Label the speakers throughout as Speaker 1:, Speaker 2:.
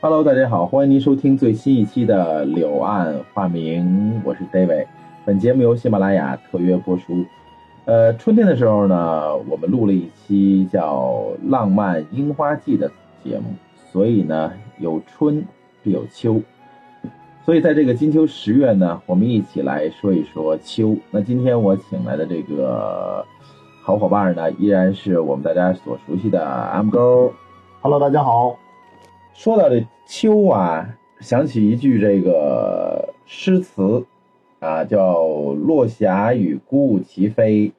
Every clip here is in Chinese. Speaker 1: Hello，大家好，欢迎您收听最新一期的《柳暗花明》，我是 David。本节目由喜马拉雅特约播出。呃，春天的时候呢，我们录了一期叫《浪漫樱花季》的节目，所以呢，有春必有秋。所以在这个金秋十月呢，我们一起来说一说秋。那今天我请来的这个好伙伴呢，依然是我们大家所熟悉的 M 勾。
Speaker 2: Hello，大家好。
Speaker 1: 说到这秋啊，想起一句这个诗词，啊，叫“落霞与孤鹜齐飞，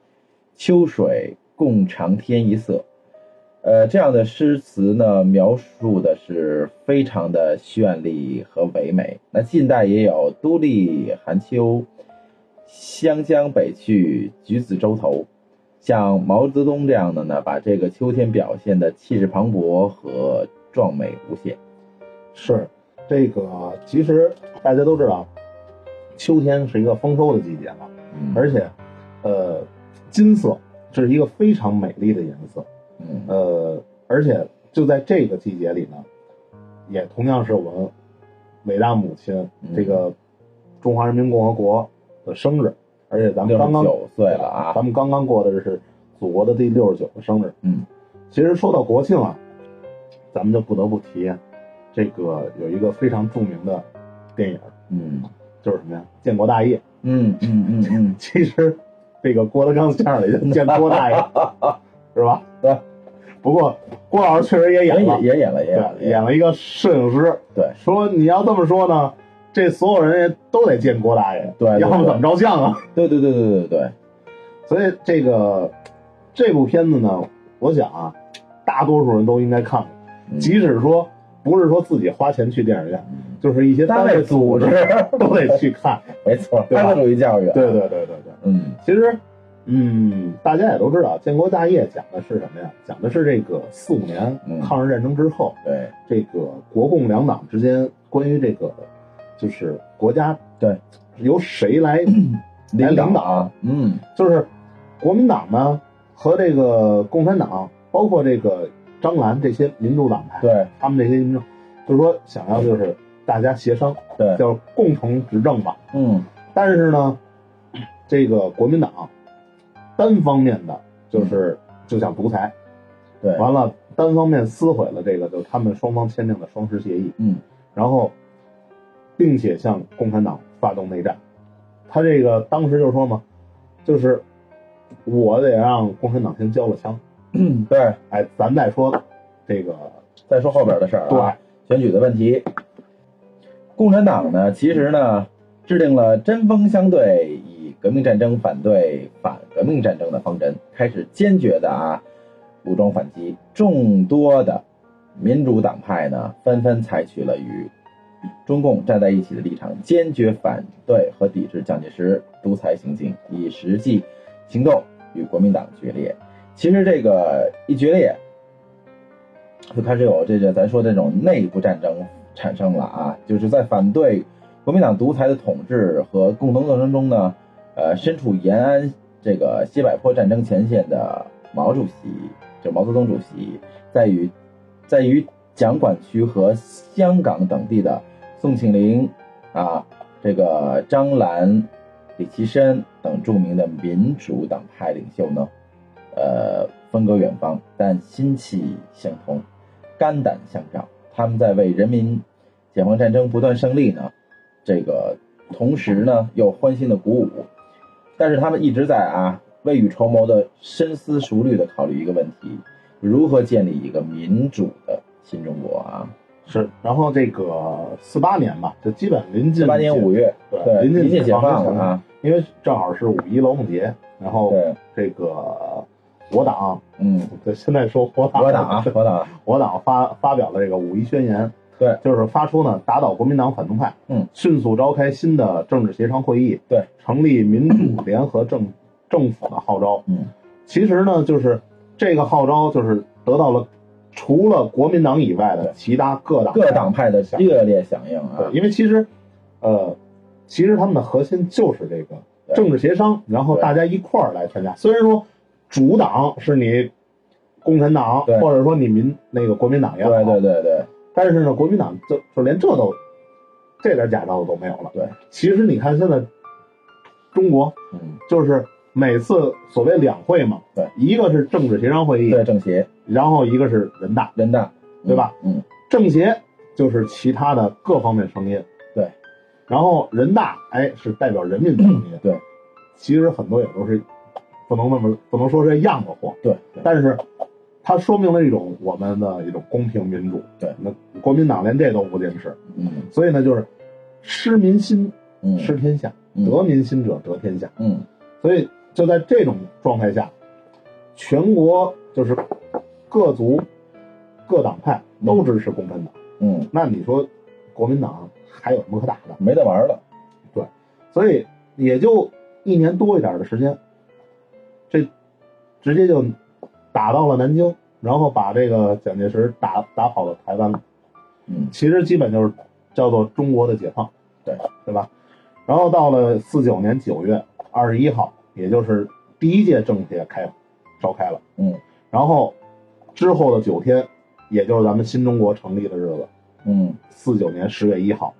Speaker 1: 秋水共长天一色”。呃，这样的诗词呢，描述的是非常的绚丽和唯美。那近代也有“都立寒秋，湘江北去，橘子洲头”，像毛泽东这样的呢，把这个秋天表现的气势磅礴和。壮美无限，
Speaker 2: 是这个。其实大家都知道，秋天是一个丰收的季节嘛，
Speaker 1: 嗯
Speaker 2: 而且，呃，金色这是一个非常美丽的颜色，
Speaker 1: 嗯
Speaker 2: 呃，而且就在这个季节里呢，也同样是我们伟大母亲
Speaker 1: 嗯
Speaker 2: 这个中华人民共和国的生日，而且咱们刚刚
Speaker 1: 69岁呃了啊
Speaker 2: 咱们刚刚过的是祖国的第六十九个生日。
Speaker 1: 嗯，
Speaker 2: 其实说到国庆啊，咱们就不得不提这个有一个非常著名的电影，
Speaker 1: 嗯
Speaker 2: 就是什么呀，《建国大业》。
Speaker 1: 嗯嗯嗯嗯，
Speaker 2: 其实这个郭德纲相声里就建国 大业，是吧？对。不过郭老师确实
Speaker 1: 也
Speaker 2: 也演了，
Speaker 1: 也演了也演了
Speaker 2: 对，演了一个摄影师。
Speaker 1: 对
Speaker 2: 说你要这么说呢，这所有人也都得见郭大爷，
Speaker 1: 对对
Speaker 2: 要不怎么照相啊？
Speaker 1: 对对对对对对对，
Speaker 2: 所以这个这部片子呢，我想啊，大多数人都应该看过，
Speaker 1: 嗯
Speaker 2: 即使说不是说自己花钱去电影院，就是一些单位组织都得去 看。
Speaker 1: 没错，
Speaker 2: 对吧
Speaker 1: 社会主义教育，啊
Speaker 2: 对，对对对对，
Speaker 1: 嗯
Speaker 2: 其实。嗯，大家也都知道，建国大业讲的是什么呀？讲的是这个四五年
Speaker 1: 嗯
Speaker 2: 抗日战争之后，
Speaker 1: 对
Speaker 2: 这个国共两党之间关于这个就是国家
Speaker 1: 对
Speaker 2: 由谁来，来
Speaker 1: 领
Speaker 2: 领
Speaker 1: 导啊，嗯
Speaker 2: 就是国民党呢和这个共产党，包括这个张澜这些民主党派，
Speaker 1: 对
Speaker 2: 他们这些民众，就是说想要就是大家协商，
Speaker 1: 对，
Speaker 2: 叫共同执政吧。
Speaker 1: 嗯
Speaker 2: 但是呢，这个国民党单方面的就是就想独裁，
Speaker 1: 对，
Speaker 2: 完了单方面撕毁了这个就他们双方签订的双十协议，
Speaker 1: 嗯
Speaker 2: 然后，并且向共产党发动内战。他这个当时就说嘛，就是我得让共产党先交了枪，
Speaker 1: 嗯对，
Speaker 2: 哎，咱再说这个
Speaker 1: 再说后边的事儿啊，
Speaker 2: 对，
Speaker 1: 选举的问题。共产党呢，其实呢，制定了针锋相对、以革命战争反对反革命战争的方针，开始坚决的啊武装反击。众多的民主党派呢，纷纷采取了与中共站在一起的立场，坚决反对和抵制蒋介石独裁行径，以实际行动与国民党决裂。其实这个一决裂，就开始有这个咱说这种内部战争产生了啊，就是在反对国民党独裁的统治和共同斗争中呢，呃，身处延安这个西柏坡战争前线的毛主席，就毛泽东主席，在与在于蒋管区和香港等地的宋庆龄啊，这个张澜、李奇深等著名的民主党派领袖呢，呃，分隔远方，但心气相同，肝胆相照。他们在为人民解放战争不断胜利呢，这个同时呢又欢欣的鼓舞，但是他们一直在啊未雨绸缪的深思熟虑的考虑一个问题：如何建立一个民主的新中国啊？
Speaker 2: 是。然后这个四八年吧，就基本临近
Speaker 1: 四八年五
Speaker 2: 月，
Speaker 1: 月，
Speaker 2: 对，
Speaker 1: 对，临近解
Speaker 2: 放
Speaker 1: 放
Speaker 2: 之
Speaker 1: 了
Speaker 2: 前，
Speaker 1: 啊，
Speaker 2: 因为正好是五一劳动节，然后
Speaker 1: 对，
Speaker 2: 这个我党，
Speaker 1: 嗯，
Speaker 2: 对，现在说我党，
Speaker 1: 我党啊，我党啊，
Speaker 2: 我党发发表了这个五一宣言，
Speaker 1: 对，
Speaker 2: 就是发出呢打倒国民党反动派，
Speaker 1: 嗯，
Speaker 2: 迅速召开新的政治协商会议，
Speaker 1: 对，
Speaker 2: 成立民主联合政政府的号召，
Speaker 1: 嗯，
Speaker 2: 其实呢，就是这个号召就是得到了除了国民党以外的
Speaker 1: 对
Speaker 2: 其他各党
Speaker 1: 各党派的热烈响应啊
Speaker 2: 对，，因为其实，呃，其实他们的核心就是这个
Speaker 1: 对
Speaker 2: 政治协商，然后
Speaker 1: 对
Speaker 2: 大家一块儿来参加。虽然说主党是你共产党，
Speaker 1: 对
Speaker 2: 或者说你民那个国民党也好，
Speaker 1: 对对对对，
Speaker 2: 但是呢，国民党就就连这都这点假招都没有了。
Speaker 1: 对，
Speaker 2: 其实你看现在中国
Speaker 1: 嗯，
Speaker 2: 就是每次所谓两会嘛，
Speaker 1: 对，
Speaker 2: 一个是政治协商会议，
Speaker 1: 对政协、
Speaker 2: 然后一个是人大，
Speaker 1: 人大，嗯
Speaker 2: 对吧？
Speaker 1: 嗯，
Speaker 2: 政协就是其他的各方面声音，
Speaker 1: 对。
Speaker 2: 然后人大，哎，是代表人民的声音，
Speaker 1: 嗯对。
Speaker 2: 其实很多也都是不能那么不能说是样子货，
Speaker 1: 对对
Speaker 2: 但是它说明了一种我们的一种公平民主。
Speaker 1: 对，
Speaker 2: 那国民党连这都不坚持，
Speaker 1: 嗯
Speaker 2: 所以呢，就是失民心
Speaker 1: 嗯，
Speaker 2: 失天下，
Speaker 1: 嗯
Speaker 2: 得民心者得天下。
Speaker 1: 嗯
Speaker 2: 所以就在这种状态下，全国就是各族各党派都支持共产党。
Speaker 1: 嗯，
Speaker 2: 那你说国民党还有什么可打的？
Speaker 1: 没得玩了，
Speaker 2: 所以也就一年多一点的时间，这直接就打到了南京，然后把这个蒋介石打打跑到台湾了。
Speaker 1: 嗯
Speaker 2: 其实基本就是叫做中国的解放，
Speaker 1: 对
Speaker 2: 对吧？然后到了四九年九月二十一号，也就是第一届政协开召开了，
Speaker 1: 嗯
Speaker 2: 然后之后的九天，也就是咱们新中国成立的日子，
Speaker 1: 嗯，
Speaker 2: 四九年十月一号。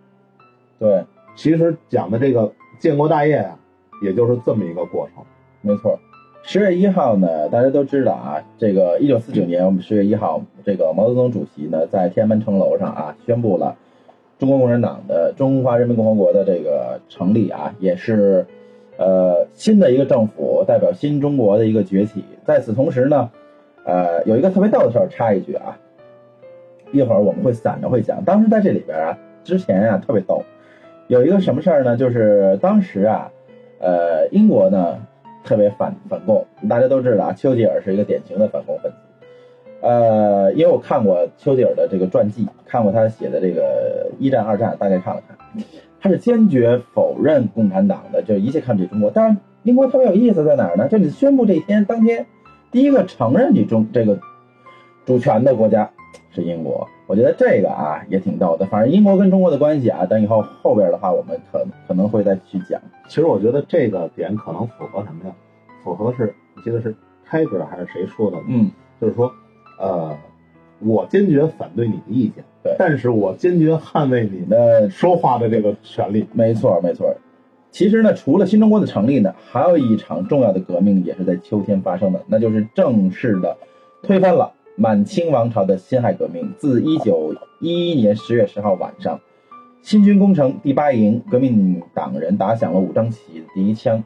Speaker 1: 对，
Speaker 2: 其实讲的这个建国大业啊，也就是这么一个过程。
Speaker 1: 没错。十月一号呢，大家都知道啊，这个一九四九年我们十月一号，这个毛泽东主席呢在天安门城楼上啊宣布了中国共产党的中华人民共和国的这个成立啊，也是呃新的一个政府代表新中国的一个崛起。在此同时呢，呃，有一个特别逗的事儿插一句啊，一会儿我们会散着会讲。当时在这里边啊，之前啊特别逗，有一个什么事儿呢？就是当时啊，呃，英国呢特别反反共，大家都知道啊，丘吉尔是一个典型的反共分子。呃，因为我看过丘吉尔的这个传记，看过他写的这个一战、二战，大概看了看，他是坚决否认共产党的，就一切看不起中国。但是英国特别有意思在哪儿呢？就你宣布这一天当天，第一个承认你中这个主权的国家是英国。我觉得这个啊也挺逗的。反正英国跟中国的关系啊，等以后后边的话我们可可能会再去讲。
Speaker 2: 其实我觉得这个点可能符合什么呀？符合是，我记得是开格尔还是谁说的？
Speaker 1: 嗯，
Speaker 2: 就是说，呃，我坚决反对你的意见，
Speaker 1: 对
Speaker 2: 但是我坚决捍卫你的
Speaker 1: 那
Speaker 2: 说话的这个权利。
Speaker 1: 没错没错。其实呢，除了新中国的成立呢，还有一场重要的革命也是在秋天发生的，那就是正式的推翻了满清王朝的辛亥革命。自一九一一年十月十号晚上，新军攻城第八营，革命党人打响了武装起义的第一枪。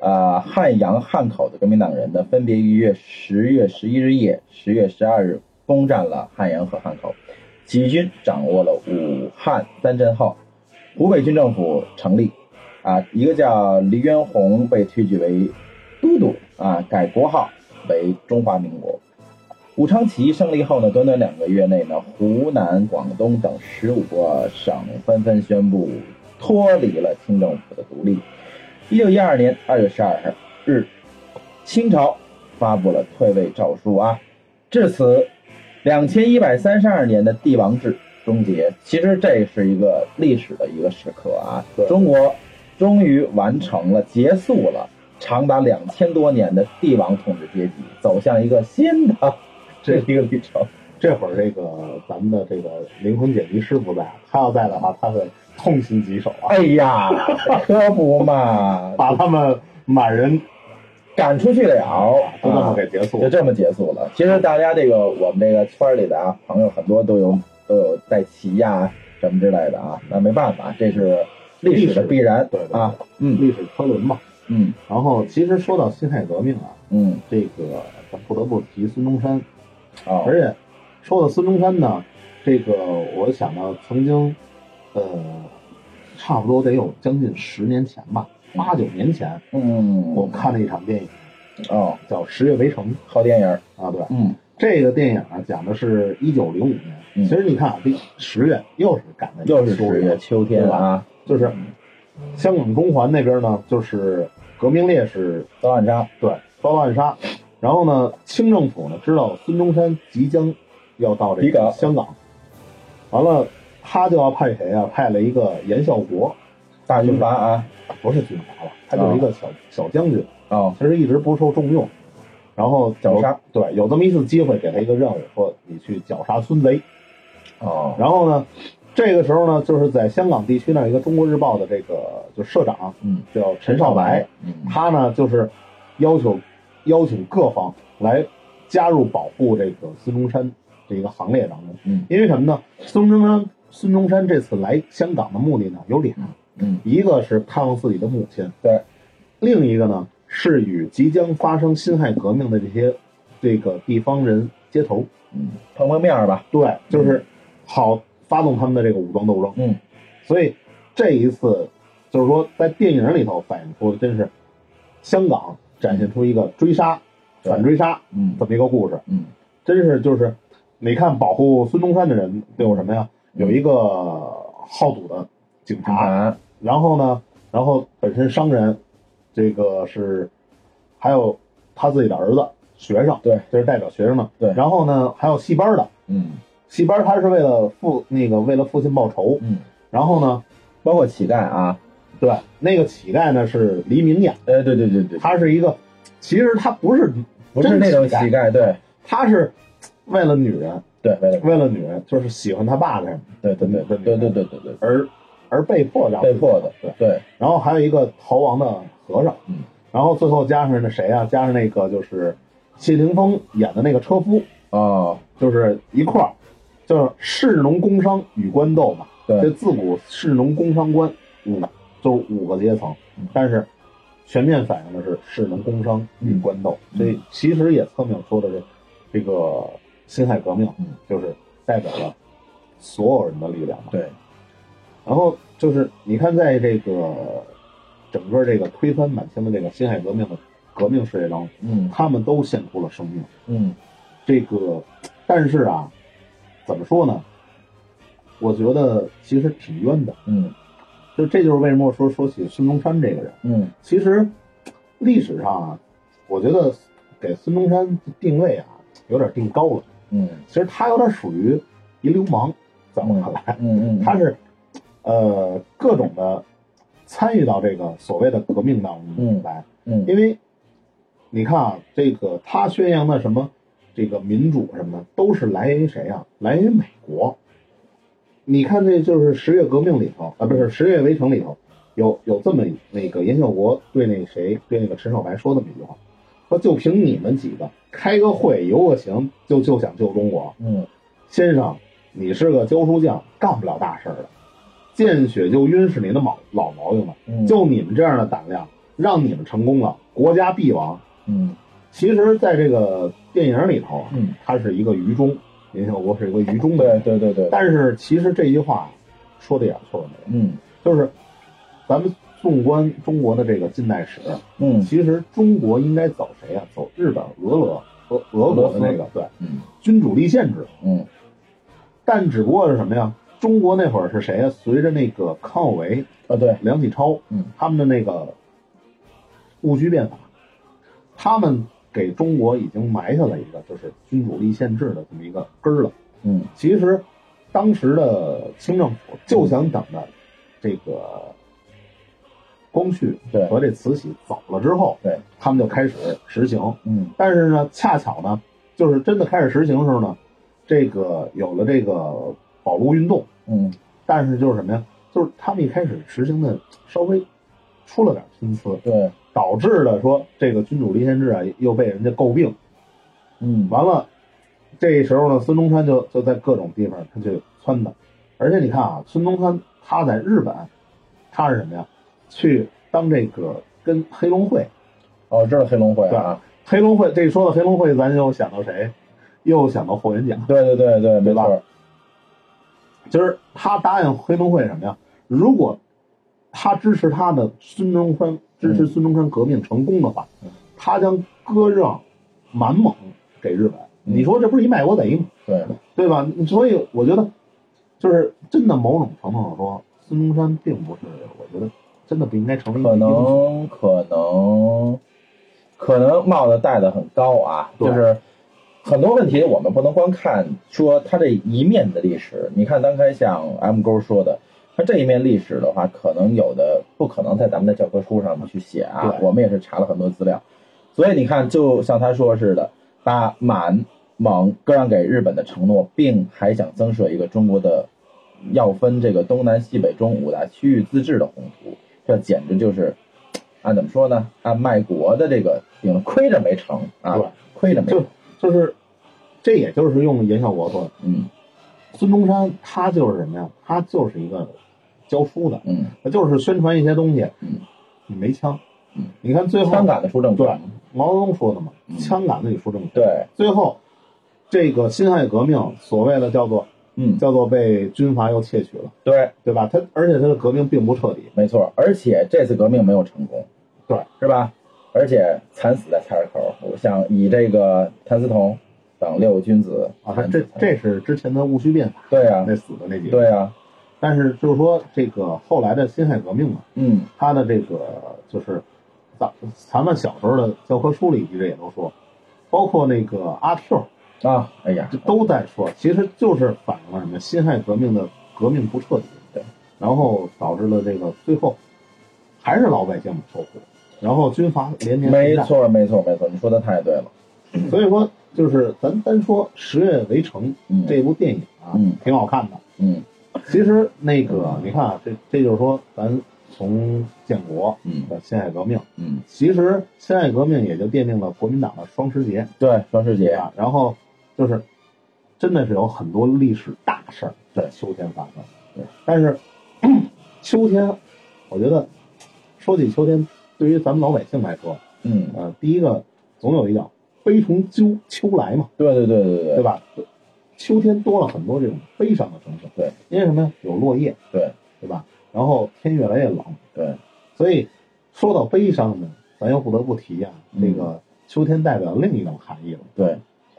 Speaker 1: 呃，汉阳、汉口的革命党人呢，分别于月十月十一日夜、十月十二日攻占了汉阳和汉口，起义军掌握了武汉三镇后，湖北军政府成立。啊，一个叫黎元洪被推举为都督啊，改国号为中华民国。武昌起义胜利后呢，短短两个月内呢，湖南、广东等十五个省纷纷宣布脱离了清政府的独立。一九一二年二月十二日，清朝发布了退位诏书啊。至此，两千一百三十二年的帝王制终结。其实这是一个历史的一个时刻啊
Speaker 2: 对，
Speaker 1: 中国终于完成了结束了长达两千多年的帝王统治阶级，走向一个新 的这一个历程。
Speaker 2: 这会儿这个咱们的这个灵魂剪辑师不在，他要在的话，他会痛心疾首啊，
Speaker 1: 哎 呀，可不嘛，
Speaker 2: 把他们满人
Speaker 1: 赶出去了，
Speaker 2: 就这么给结束
Speaker 1: 就
Speaker 2: 了。
Speaker 1: 这么结束了。其实大家这个我们这个圈儿里的啊朋友很多都有都有在骑呀、什么之类的啊，那没办法，这是历史的必然
Speaker 2: 对对对
Speaker 1: 啊。嗯
Speaker 2: 历史车轮嘛。
Speaker 1: 嗯
Speaker 2: 然后其实说到辛亥革命啊，
Speaker 1: 嗯，
Speaker 2: 这个咱不得不提孙中山，
Speaker 1: 哦
Speaker 2: 而且说到孙中山呢，这个我想到曾经，呃，差不多得有将近十年前吧，八九年前，
Speaker 1: 嗯，
Speaker 2: 我看了一场电影
Speaker 1: 哦，
Speaker 2: 叫《十月围城
Speaker 1: 好电影儿，》
Speaker 2: 啊，对，
Speaker 1: 嗯
Speaker 2: 这个电影啊讲的是一九零五年
Speaker 1: 嗯
Speaker 2: 其实你看啊，这十月又是赶在
Speaker 1: 又是
Speaker 2: 秋
Speaker 1: 十月秋天啊，
Speaker 2: 就是香港中环那边呢，就是革命烈士
Speaker 1: 遭暗杀，
Speaker 2: 对遭到暗杀，然后呢，清政府呢知道孙中山即将要到这
Speaker 1: 抵
Speaker 2: 个
Speaker 1: 港
Speaker 2: 香港，完了他就要派谁啊？派了一个严孝国，
Speaker 1: 大军阀啊，
Speaker 2: 不是军阀了，他就是一个小、小将军，
Speaker 1: 哦，
Speaker 2: 其实一直不受重用。然后
Speaker 1: 绞
Speaker 2: 有
Speaker 1: 杀，
Speaker 2: 对，有这么一次机会，给他一个任务，说你去绞杀孙贼。
Speaker 1: 哦，
Speaker 2: 然后呢，这个时候呢，就是在香港地区那儿有一个《中国日报》的这个就社长
Speaker 1: 嗯，
Speaker 2: 叫陈少白，，
Speaker 1: 嗯，
Speaker 2: 他呢就是要求邀请各方来加入保护这个孙中山这个行列当中。
Speaker 1: 嗯，
Speaker 2: 因为什么呢？孙中山孙中山这次来香港的目的呢有俩，
Speaker 1: 嗯，
Speaker 2: 一个是看望自己的母亲，
Speaker 1: 对，
Speaker 2: 另一个呢是与即将发生辛亥革命的这些这个地方人接头。嗯
Speaker 1: 嗯，碰碰面儿吧，
Speaker 2: 对，就是好发动他们的这个武装斗争。
Speaker 1: 嗯，
Speaker 2: 所以这一次就是说，在电影里头反映出的真是香港展现出一个追杀、
Speaker 1: 对
Speaker 2: 反追杀
Speaker 1: 嗯
Speaker 2: 这么一个故事，
Speaker 1: 嗯，
Speaker 2: 真是就是你看保护孙中山的人都有什么呀？
Speaker 1: 嗯
Speaker 2: 有一个好赌的警
Speaker 1: 警
Speaker 2: 察，
Speaker 1: 察，
Speaker 2: 然后呢，然后本身商人，这个是还有他自己的儿子学生，
Speaker 1: 对，
Speaker 2: 这是代表学生的，
Speaker 1: 对
Speaker 2: 然后呢，还有戏班的。
Speaker 1: 嗯
Speaker 2: 戏班他是为了父那个为了父亲报仇，
Speaker 1: 嗯，
Speaker 2: 然后呢，
Speaker 1: 包括乞丐啊，
Speaker 2: 对那个乞丐呢是黎明演，
Speaker 1: 呃，对对对对，
Speaker 2: 他是一个，其实他不是
Speaker 1: 不是那种
Speaker 2: 真
Speaker 1: 乞丐，对
Speaker 2: 他是为了女人，
Speaker 1: 对，为了
Speaker 2: 为了女人就是喜欢他爸的，
Speaker 1: 对对对对对对对对对，
Speaker 2: 而而被迫让
Speaker 1: 被迫的，
Speaker 2: 对，
Speaker 1: 对，
Speaker 2: 然后还有一个逃亡的和尚，
Speaker 1: 嗯，
Speaker 2: 然后最后加上那谁啊，加上那个就是谢霆锋演的那个车夫，
Speaker 1: 哦，
Speaker 2: 就是一块儿，就是士农工商与官斗嘛。这
Speaker 1: 对，
Speaker 2: 自古士农工商官五就是五个阶层
Speaker 1: 嗯，
Speaker 2: 但是全面反映的是士农工商与官斗，
Speaker 1: 嗯
Speaker 2: 所以其实也侧面说的是这个辛亥革命
Speaker 1: 嗯，
Speaker 2: 就是代表了所有人的力量嘛。
Speaker 1: 对，
Speaker 2: 然后就是你看，在这个整个这个推翻满清的这个辛亥革命的革命事业当中，
Speaker 1: 嗯
Speaker 2: 他们都献出了生命。
Speaker 1: 嗯
Speaker 2: 这个，但是啊，怎么说呢？我觉得其实挺冤的。
Speaker 1: 嗯
Speaker 2: 就这就是为什么我说说起孙中山这个人，
Speaker 1: 嗯
Speaker 2: 其实历史上啊，我觉得给孙中山定位啊有点定高了。
Speaker 1: 嗯
Speaker 2: 其实他有点属于一流氓，在我看来，
Speaker 1: 嗯嗯，
Speaker 2: 他是呃各种的参与到这个所谓的革命当中
Speaker 1: 嗯
Speaker 2: 来，
Speaker 1: 嗯
Speaker 2: 因为你看啊，这个他宣扬的什么这个民主什么的，都是来源于谁啊？来源于美国。你看，这就是十月革命里头啊，不是十月围城里头，有有这么那个严孝国对那谁对那个陈少白说这么一句话，说就凭你们几个开个会游个行就就想救中国，
Speaker 1: 嗯
Speaker 2: 先生，你是个教书匠，干不了大事儿的，见血就晕是你的毛老毛病了，
Speaker 1: 嗯
Speaker 2: 就你们这样的胆量，让你们成功了，国家必亡。
Speaker 1: 嗯
Speaker 2: 其实，在这个电影里头，
Speaker 1: 嗯，
Speaker 2: 他是一个愚忠，林小国是一个愚忠的
Speaker 1: 对
Speaker 2: 人，
Speaker 1: 对对对，
Speaker 2: 但是其实这句话说的一点错都没有，
Speaker 1: 嗯
Speaker 2: 就是咱们纵观中国的这个近代史，
Speaker 1: 嗯
Speaker 2: 其实中国应该走谁啊？走日本、俄罗、俄俄国的那个对
Speaker 1: 嗯
Speaker 2: 君主立宪制。
Speaker 1: 嗯
Speaker 2: 但只不过是什么呀？中国那会儿是谁呀？随着那个康有为、
Speaker 1: 啊对，
Speaker 2: 梁启超，
Speaker 1: 嗯，
Speaker 2: 他们的那个戊戌变法，他们给中国已经埋下了一个就是君主立宪制的这么一个根儿了。
Speaker 1: 嗯
Speaker 2: 其实，当时的清政府就想等着这个光绪
Speaker 1: 对
Speaker 2: 和这慈禧走了之后，
Speaker 1: 对，
Speaker 2: 他们就开始实行。
Speaker 1: 嗯
Speaker 2: 但是呢，恰巧呢，就是真的开始实行的时候呢，这个有了这个保路运动，
Speaker 1: 嗯
Speaker 2: 但是就是什么呀？就是他们一开始实行的稍微出了点心思，
Speaker 1: 对，
Speaker 2: 导致了说这个君主立宪制啊又被人家诟病。
Speaker 1: 嗯
Speaker 2: 完了，这时候呢，孙中山就就在各种地方他就撺掇，而且你看啊，孙中山他在日本，他是什么呀？去当这个跟黑龙会
Speaker 1: 哦，这是黑龙会啊，
Speaker 2: 黑龙会，这说到黑龙会，咱又想到谁？又想到霍元甲。
Speaker 1: 对对对对，没错，
Speaker 2: 就是他答应黑龙会什么呀？如果他支持他的孙中山支持孙中山革命成功的话
Speaker 1: 嗯，
Speaker 2: 他将割让满蒙给日本。
Speaker 1: 嗯
Speaker 2: 你说这不是一卖国贼吗？
Speaker 1: 对，
Speaker 2: 对吧？所以我觉得，就是真的某种程度上说，孙中山并不是，我觉得真的不应该成为一个
Speaker 1: 可
Speaker 2: 英
Speaker 1: 能
Speaker 2: 雄
Speaker 1: 可能可能帽子戴的很高啊，
Speaker 2: 对
Speaker 1: 就是很多问题我们不能光看说它这一面的历史。你看刚才像 M 勾说的，它这一面历史的话，可能有的不可能在咱们的教科书上去写啊。
Speaker 2: 对
Speaker 1: 我们也是查了很多资料，所以你看，就像他说似的，把满蒙割让给日本的承诺，并还想增设一个中国的要分这个东南西北中五大区域自治的宏图，这简直就是，按怎么说呢？按卖国的这个定，亏着没成啊
Speaker 2: 对，
Speaker 1: 亏着没成
Speaker 2: 就，就是，这也就是用严小国说的，
Speaker 1: 嗯
Speaker 2: 孙中山他就是什么呀？他就是一个教书的，
Speaker 1: 嗯，
Speaker 2: 他就是宣传一些东西。
Speaker 1: 嗯，
Speaker 2: 你没枪
Speaker 1: 嗯，
Speaker 2: 你看最后
Speaker 1: 香港的出政府，
Speaker 2: 对毛泽东说的嘛
Speaker 1: 嗯，
Speaker 2: 枪杆子里出政权。
Speaker 1: 对，
Speaker 2: 最后，这个辛亥革命所谓的叫做
Speaker 1: 嗯
Speaker 2: 叫做被军阀又窃取了，
Speaker 1: 对，
Speaker 2: 对吧？他而且他的革命并不彻底，
Speaker 1: 没错，而且这次革命没有成功，
Speaker 2: 对，啊
Speaker 1: 是吧？而且惨死在菜市口，像以这个谭嗣同等六君子
Speaker 2: 啊，
Speaker 1: 惨
Speaker 2: 这
Speaker 1: 死
Speaker 2: 这是之前的戊戌变法
Speaker 1: 对啊，
Speaker 2: 那死的那几个。
Speaker 1: 嗯对啊，
Speaker 2: 但是就是说，这个后来的辛亥革命啊，
Speaker 1: 嗯
Speaker 2: 它的这个就是，咱咱们小时候的教科书里一直也都说，包括那个阿 Q
Speaker 1: 啊，哎呀
Speaker 2: 这，都在说，其实就是反映了什么辛亥革命的革命不彻底，
Speaker 1: 对，
Speaker 2: 然后导致了这个最后还是老百姓受苦，然后军阀连年
Speaker 1: 没
Speaker 2: 奋战，
Speaker 1: 错没错没错，你说的太对了，
Speaker 2: 所以说就是咱单说《十月围城
Speaker 1: 嗯》
Speaker 2: 这部电影啊，
Speaker 1: 嗯
Speaker 2: 挺好看的。
Speaker 1: 嗯
Speaker 2: 其实那个你看啊，这这就是说咱从建国
Speaker 1: 嗯
Speaker 2: 到辛亥革命。
Speaker 1: 嗯，
Speaker 2: 其实辛亥革命也就奠定了国民党的双十节，
Speaker 1: 对，双十节，
Speaker 2: 啊，然后就是真的是有很多历史大事儿在秋天发生，
Speaker 1: 对，
Speaker 2: 但是 秋天，我觉得说起秋天，对于咱们老百姓来说，
Speaker 1: 嗯，
Speaker 2: 呃，第一个总有一叫悲从秋秋来嘛，
Speaker 1: 对对对对对
Speaker 2: 对吧？秋天多了很多这种悲伤的成分，
Speaker 1: 对，
Speaker 2: 因为什么呀？有落叶，
Speaker 1: 对
Speaker 2: 对吧？然后天越来越冷，
Speaker 1: 对，
Speaker 2: 所以说到悲伤呢，咱又不得不提呀、
Speaker 1: 嗯
Speaker 2: 这个秋天代表另一种含义了，
Speaker 1: 对，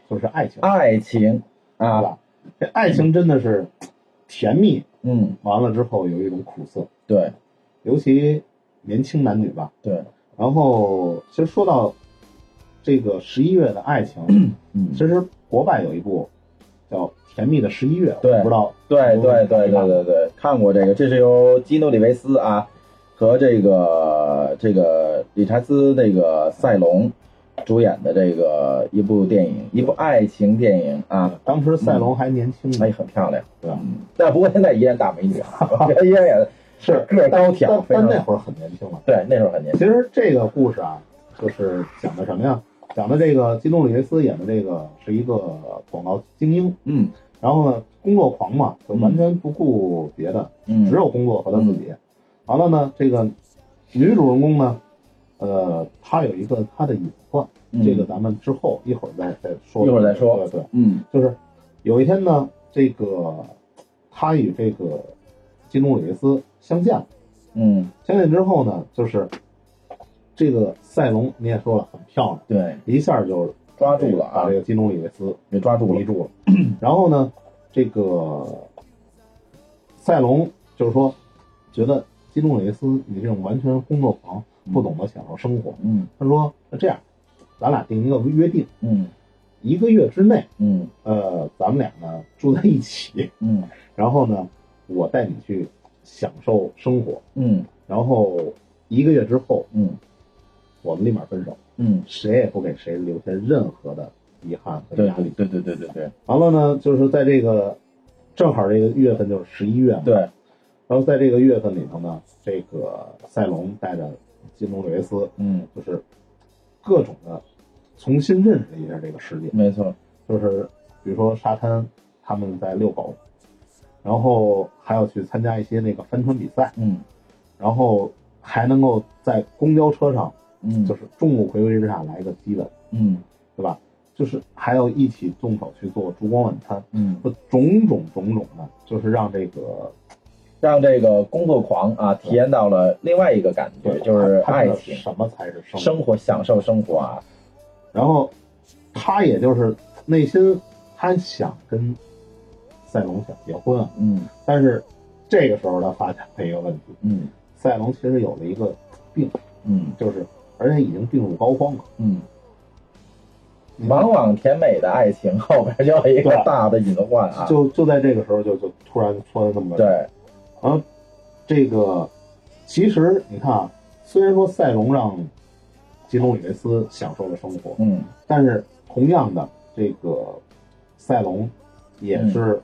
Speaker 2: 就是爱情，
Speaker 1: 爱情
Speaker 2: 对
Speaker 1: 啊，
Speaker 2: 吧？这爱情真的是甜蜜，
Speaker 1: 嗯，
Speaker 2: 完了之后有一种苦涩，
Speaker 1: 对
Speaker 2: 尤其年轻男女吧。
Speaker 1: 对，
Speaker 2: 然后其实说到这个十一月的爱 情，
Speaker 1: 嗯
Speaker 2: 其，实国外有一部叫《甜蜜的十一月》，
Speaker 1: 对
Speaker 2: 我不知道
Speaker 1: 对对对对对对，看过这个，这是由基努里维斯啊和这个这个理查兹那个塞隆主演的这个一部电影，一部爱情电影啊，
Speaker 2: 当时赛龙还年轻呢，
Speaker 1: 哎，很漂亮，
Speaker 2: 对吧？
Speaker 1: 嗯，但不过现在依然大美女啊，我觉得依然也
Speaker 2: 是
Speaker 1: 个儿高挑
Speaker 2: 但，
Speaker 1: 非
Speaker 2: 但
Speaker 1: 常
Speaker 2: 那会儿很年轻了。
Speaker 1: 对那时候很年轻，
Speaker 2: 其实这个故事啊，就是讲的什么呀？讲的这个基努里维斯演的这个是一个广告精英，
Speaker 1: 嗯
Speaker 2: 然后呢工作狂嘛，就完全不顾别的，
Speaker 1: 嗯，
Speaker 2: 只有工作和他自己。完了呢，这个女主人公呢，呃，她有一个她的隐患，
Speaker 1: 嗯
Speaker 2: 这个咱们之后一会儿再再说，
Speaker 1: 一会儿再说
Speaker 2: 对对，
Speaker 1: 嗯
Speaker 2: 就是有一天呢，这个她与这个基努里维斯相见了。
Speaker 1: 嗯
Speaker 2: 相见之后呢，就是这个赛龙，你也说了很漂亮，
Speaker 1: 对，
Speaker 2: 一下就
Speaker 1: 抓住了啊
Speaker 2: 把这，个基努里维斯
Speaker 1: 给抓住
Speaker 2: 迷
Speaker 1: 了，
Speaker 2: 住了。 然后呢，这个赛龙就是说，觉得基努里维斯你这种完全工作狂，不懂得享受生活。
Speaker 1: 嗯
Speaker 2: 他说：“那这样，咱俩定一个约定，
Speaker 1: 嗯
Speaker 2: 一个月之内，
Speaker 1: 嗯
Speaker 2: 呃，咱们俩呢住在一起，
Speaker 1: 嗯
Speaker 2: 然后呢，我带你去享受生活，
Speaker 1: 嗯
Speaker 2: 然后一个月之后。”
Speaker 1: 嗯
Speaker 2: 我们立马分手，
Speaker 1: 嗯，
Speaker 2: 谁也不给谁留下任何的遗憾和
Speaker 1: 对
Speaker 2: 压力。
Speaker 1: 对对对对对
Speaker 2: 完了呢，就是在这个正好这个月份就是十一月嘛，
Speaker 1: 对，
Speaker 2: 然后在这个月份里头呢，这个赛龙带着基努里维斯，
Speaker 1: 嗯，
Speaker 2: 就是各种的重新认识了一下这个世界，
Speaker 1: 没错，
Speaker 2: 就是比如说沙滩，他们在遛狗，然后还要去参加一些那个帆船比赛，
Speaker 1: 嗯
Speaker 2: 然后还能够在公交车上，
Speaker 1: 嗯
Speaker 2: 就是众目睽睽之下来一个激吻。
Speaker 1: 嗯
Speaker 2: 对吧？就是还要一起动手去做烛光晚餐，
Speaker 1: 嗯。
Speaker 2: 不呃种种种种的，就是让这个
Speaker 1: 让这个工作狂啊体验到了另外一个感觉，就是
Speaker 2: 他知
Speaker 1: 爱
Speaker 2: 道
Speaker 1: 情、
Speaker 2: 什么才是生活。
Speaker 1: 生活、享受生活啊。
Speaker 2: 然后他也就是内心他想跟赛隆想结婚啊，
Speaker 1: 嗯
Speaker 2: 但是这个时候他发现了一个问题，
Speaker 1: 嗯
Speaker 2: 赛隆其实有了一个病，
Speaker 1: 嗯
Speaker 2: 就是而且已经病入膏肓了。
Speaker 1: 嗯，往往甜美的爱情后边就有一个
Speaker 2: 对
Speaker 1: 大的隐患啊。
Speaker 2: 就就在这个时候就就突然出现这么个
Speaker 1: 对，
Speaker 2: 然后这个其实你看啊，虽然说赛隆让吉隆·里维斯享受了生活，
Speaker 1: 嗯
Speaker 2: 但是同样的，这个赛隆也是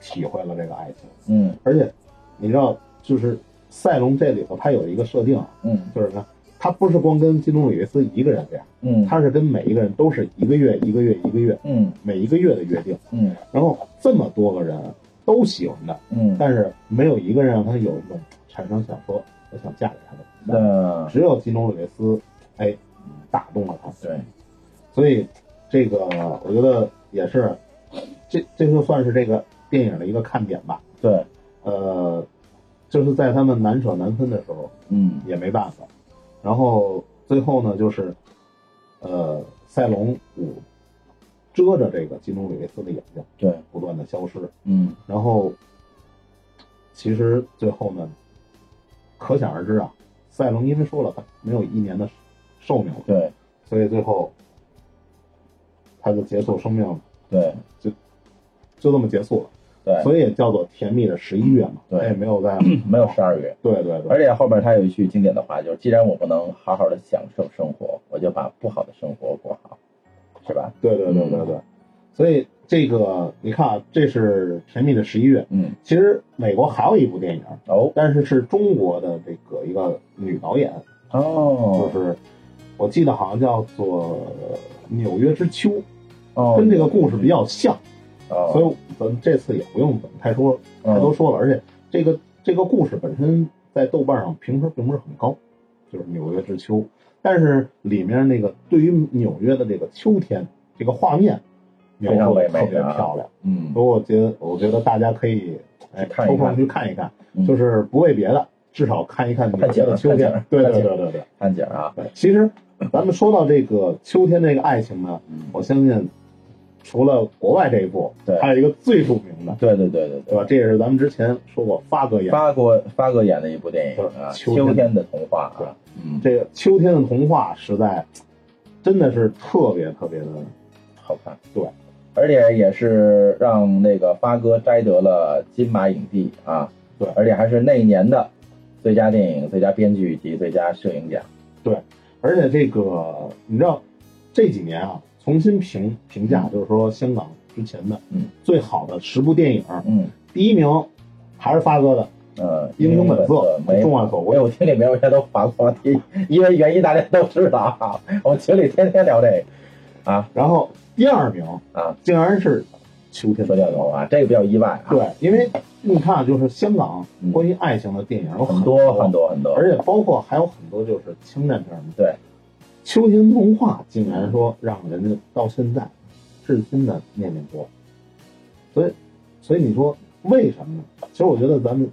Speaker 2: 体会了这个爱情，
Speaker 1: 嗯
Speaker 2: 而且你知道，就是赛隆这里头他有一个设定啊，
Speaker 1: 嗯
Speaker 2: 就是呢，他不是光跟吉隆·里维斯一个人这样，
Speaker 1: 嗯，
Speaker 2: 他是跟每一个人都是一个月一个月一个月
Speaker 1: 嗯
Speaker 2: 每一个月的约定，
Speaker 1: 嗯
Speaker 2: 然后这么多个人都喜欢他。
Speaker 1: 嗯，
Speaker 2: 但是没有一个人让他有一种产生想说我想嫁给他的冲动，
Speaker 1: 那
Speaker 2: 只有基努里维斯，哎，打动了他。
Speaker 1: 对，
Speaker 2: 所以这个我觉得也是，这这就算是这个电影的一个看点吧。
Speaker 1: 对，
Speaker 2: 呃，就是在他们难舍难分的时候
Speaker 1: 嗯
Speaker 2: 也没办法。然后最后呢，就是呃，赛隆五遮着这个基努里维斯的眼睛，
Speaker 1: 对，
Speaker 2: 不断的消失。
Speaker 1: 嗯
Speaker 2: 然后，其实最后呢，可想而知啊，赛隆因为说了他没有一年的寿命了，
Speaker 1: 对
Speaker 2: 所以最后他就结束生命了，
Speaker 1: 对
Speaker 2: 就这么结束了，
Speaker 1: 对，
Speaker 2: 所以也叫做甜蜜的十一月嘛，
Speaker 1: 对
Speaker 2: 他也没有 在，
Speaker 1: 没有十二月。
Speaker 2: 对对对，
Speaker 1: 而且后边他有一句经典的话，就是既然我不能好好的享受生活，我就把不好的生活过好，是吧？
Speaker 2: 对对对对
Speaker 1: 嗯
Speaker 2: 对，所以这个你看啊，这是甜蜜的十一月。
Speaker 1: 嗯，
Speaker 2: 其实美国还有一部电影，
Speaker 1: 哦
Speaker 2: 但是是中国的这个一个女导演，就
Speaker 1: 哦
Speaker 2: 是我记得好像叫做《纽约之秋》，
Speaker 1: 哦，
Speaker 2: 跟这个故事比较像，
Speaker 1: 哦，
Speaker 2: 所以咱们这次也不用怎么太说
Speaker 1: 嗯
Speaker 2: 太多说了。而且这个这个故事本身在豆瓣上评分并不是很高，就是《纽约之秋》，但是里面那个对于纽约的这个秋天这个画面描述的特别漂亮，
Speaker 1: 嗯
Speaker 2: 所以我觉得我觉得大家可以哎
Speaker 1: 去看一看
Speaker 2: 抽空去看一看，
Speaker 1: 嗯
Speaker 2: 就是不为别的，至少看一看纽
Speaker 1: 看景
Speaker 2: 约
Speaker 1: 儿
Speaker 2: 的秋
Speaker 1: 看景
Speaker 2: 天
Speaker 1: 儿。
Speaker 2: 对
Speaker 1: 看
Speaker 2: 对
Speaker 1: 景儿
Speaker 2: 对对对。
Speaker 1: 看景啊，
Speaker 2: 对，其实咱们说到这个秋天这个爱情呢，我相信除了国外这一部，
Speaker 1: 对
Speaker 2: 还有一个最著名的，
Speaker 1: 对对对对
Speaker 2: 对
Speaker 1: 对，
Speaker 2: 吧？这也是咱们之前说过发哥演的
Speaker 1: 发哥发哥演的一部电影啊，《
Speaker 2: 秋
Speaker 1: 秋
Speaker 2: 天
Speaker 1: 天的童话》
Speaker 2: 对
Speaker 1: 啊，嗯，
Speaker 2: 这个秋天的童话，实在真的是特别特别的，
Speaker 1: 好看，
Speaker 2: 对，
Speaker 1: 而且也是让那个发哥摘得了金马影帝啊，
Speaker 2: 对
Speaker 1: 而且还是那一年的最佳电影、最佳编剧及最佳摄影奖，
Speaker 2: 而且这个你知道这几年啊，重新评评价，就是说香港之前的
Speaker 1: 嗯
Speaker 2: 最好的十部电影，
Speaker 1: 嗯
Speaker 2: 第一名还是发哥的《
Speaker 1: 呃，
Speaker 2: 英雄本色
Speaker 1: 没》，
Speaker 2: 众望所
Speaker 1: 我
Speaker 2: 归。
Speaker 1: 有听里面有些都反过题， 因为原因大家都知道啊，我们群里天天聊这个啊，
Speaker 2: 然后第二名
Speaker 1: 啊，
Speaker 2: 竟然是秋天的
Speaker 1: 说这个啊，这个比较意外啊，
Speaker 2: 对，因为你看，啊就是香港
Speaker 1: 嗯
Speaker 2: 关于爱情的电影有
Speaker 1: 很
Speaker 2: 多
Speaker 1: 多很，多很多，
Speaker 2: 而且包括还有很多就是枪战片儿嘛。
Speaker 1: 对，
Speaker 2: 秋天童话竟然说让人家到现在至今的念念不忘，所以，所以你说为什么呢？其实我觉得咱们，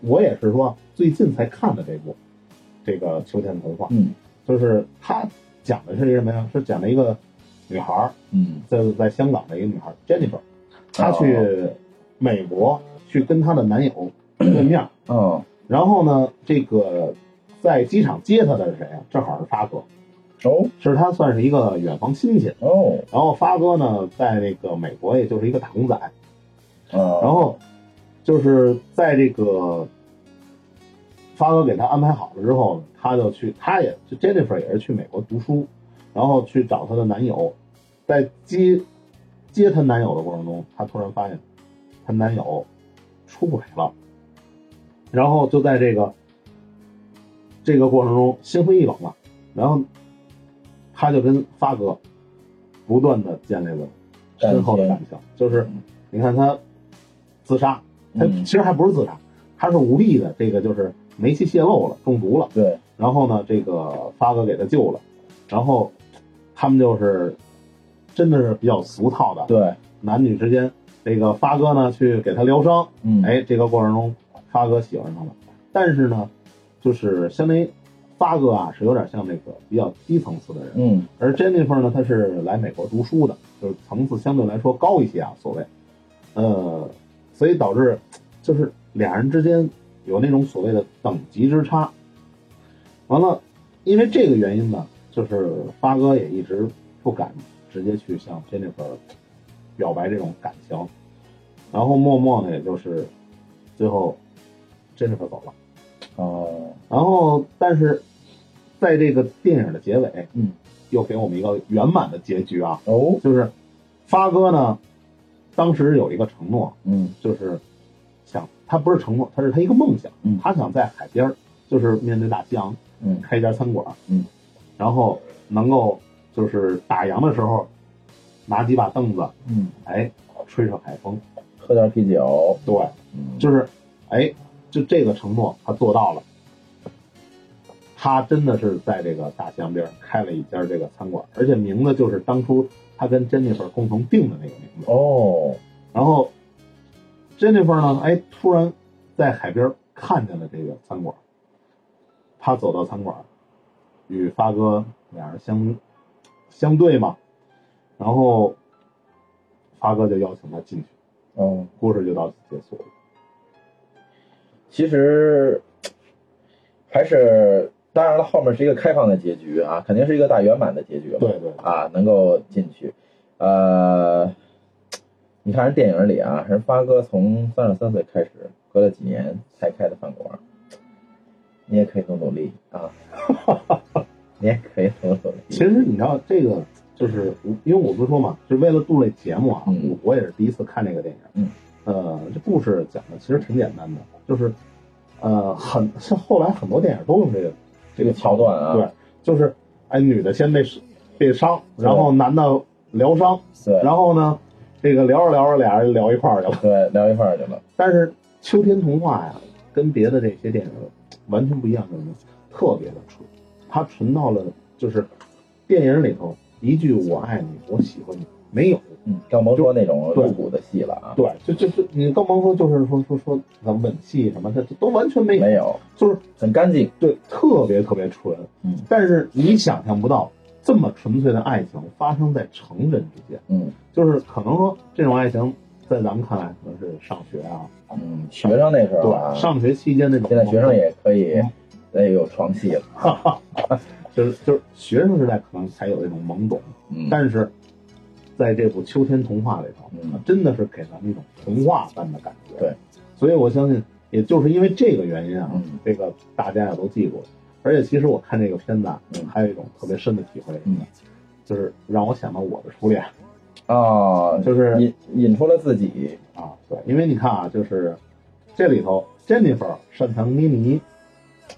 Speaker 2: 我也是说最近才看的这部，这个秋天童话，
Speaker 1: 嗯
Speaker 2: 就是它讲的是什么呀？是讲了一个女孩儿，
Speaker 1: 嗯
Speaker 2: 在在香港的一个女孩 Jennifer，她去美国去跟她的男友见面，
Speaker 1: 哦
Speaker 2: 然后呢，这个在机场接她的是谁啊？正好是发哥，
Speaker 1: 哦
Speaker 2: 是他算是一个远房亲戚。
Speaker 1: 哦
Speaker 2: 然后发哥呢，在那个美国也就是一个打工仔，
Speaker 1: 哦，
Speaker 2: 然后就是在这个发哥给他安排好了之后呢，他就去，他也就 Jennifer 也是去美国读书，然后去找她的男友，在接接她男友的过程中，她突然发现她男友出轨了，然后就在这个这个过程中心灰意冷了，然后她就跟发哥不断的建立了深厚的感情，嗯就是你看她自杀，她
Speaker 1: 嗯
Speaker 2: 其实还不是自杀，她是无力的，这个就是煤气泄漏了，中毒了。
Speaker 1: 对，
Speaker 2: 然后呢，这个发哥给他救了，然后他们就是真的是比较俗套的，
Speaker 1: 对，
Speaker 2: 男女之间，这个发哥呢去给他疗伤，哎
Speaker 1: 嗯，
Speaker 2: 哎，这个过程中发哥喜欢上了，但是呢，就是相当于八哥啊是有点像那个比较低层次的人，
Speaker 1: 嗯
Speaker 2: 而 Jennifer 呢，她是来美国读书的，就是层次相对来说高一些啊，所谓，呃，所以导致就是俩人之间有那种所谓的等级之差。完了，因为这个原因呢，就是发哥也一直不敢直接去向 Jennifer 表白这种感情，然后默默呢，也就是最后 Jennifer 走了。
Speaker 1: 哦，
Speaker 2: 然后，但是在这个电影的结尾，
Speaker 1: 嗯，
Speaker 2: 又给我们一个圆满的结局啊，
Speaker 1: 哦，
Speaker 2: 就是发哥呢，当时有一个承诺，
Speaker 1: 嗯
Speaker 2: 就是想他不是承诺，他是他一个梦想，
Speaker 1: 嗯
Speaker 2: 他想在海边儿，就是面对大西洋
Speaker 1: 嗯
Speaker 2: 开一家餐馆，
Speaker 1: 嗯，
Speaker 2: 然后能够就是打烊的时候拿几把凳子，
Speaker 1: 嗯，
Speaker 2: 哎，吹吹海风，
Speaker 1: 喝点啤酒，
Speaker 2: 对，
Speaker 1: 嗯，
Speaker 2: 就是，哎，就这个承诺他做到了。他真的是在这个大西洋边儿开了一家这个餐馆，而且名字就是当初他跟 Jennifer 共同定的那个名字。
Speaker 1: 哦，
Speaker 2: 然后 Jennifer 呢，哎，突然在海边看见了这个餐馆，他走到餐馆，与发哥俩人相相对嘛，然后发哥就邀请他进去，
Speaker 1: 哦，
Speaker 2: 故事就到此结束了。
Speaker 1: 其实还是，当然了，后面是一个开放的结局啊，肯定是一个大圆满的结局了。
Speaker 2: 对对，
Speaker 1: 啊，能够进去。呃，你看人电影里啊，人发哥从三十三岁开始，隔了几年才开的饭馆儿，你也可以努努力 啊，你也可以努努力。
Speaker 2: 其实你知道这个，就是我因为我不是说嘛，就是为了录这节目啊，
Speaker 1: 嗯
Speaker 2: 我我也是第一次看这个电影。
Speaker 1: 嗯，
Speaker 2: 呃，这故事讲的其实挺简单的，就是呃，很像后来很多电影都用这个这个
Speaker 1: 桥段啊
Speaker 2: 对，就是哎，女的先被被伤，
Speaker 1: 对
Speaker 2: 然后男的疗伤，
Speaker 1: 对
Speaker 2: 然后呢，这个聊着聊着俩人聊一块儿去了。
Speaker 1: 对，聊一块儿去了。
Speaker 2: 但是《秋天童话》呀，跟别的这些电影完全不一样的呢，特别的纯，它纯到了就是电影里头一句“我爱你，我喜欢你”没有。
Speaker 1: 嗯，更甭说那种
Speaker 2: 对
Speaker 1: 露骨的戏了啊，
Speaker 2: 对，就就就你更甭说就是说说说咱们吻戏什么的，这都完全没有，
Speaker 1: 没有，
Speaker 2: 就是
Speaker 1: 很干净。
Speaker 2: 对特别特别纯。
Speaker 1: 嗯，
Speaker 2: 但是你想象不到这么纯粹的爱情发生在成人之间，
Speaker 1: 嗯
Speaker 2: 就是可能说这种爱情在咱们看来可能是上学啊，
Speaker 1: 嗯，学生那时候啊，
Speaker 2: 对，上学期间那种
Speaker 1: 现在学生也可以
Speaker 2: 嗯，
Speaker 1: 哎，有床戏了。
Speaker 2: 就是就是学生时代可能才有这种懵懂，
Speaker 1: 嗯，
Speaker 2: 但是在这部《秋天童话》里头，啊
Speaker 1: 嗯
Speaker 2: 真的是给咱们一种童话般的感觉。
Speaker 1: 对，
Speaker 2: 所以我相信，也就是因为这个原因啊，
Speaker 1: 嗯
Speaker 2: 这个大家也都记住了。而且其实我看这个片子啊，
Speaker 1: 嗯
Speaker 2: 还有一种特别深的体会，
Speaker 1: 嗯
Speaker 2: 就是让我想到我的初恋
Speaker 1: 啊，
Speaker 2: 就是
Speaker 1: 引引出了自己，
Speaker 2: 啊。对，因为你看啊，就是这里头 Jennifer 善堂妮妮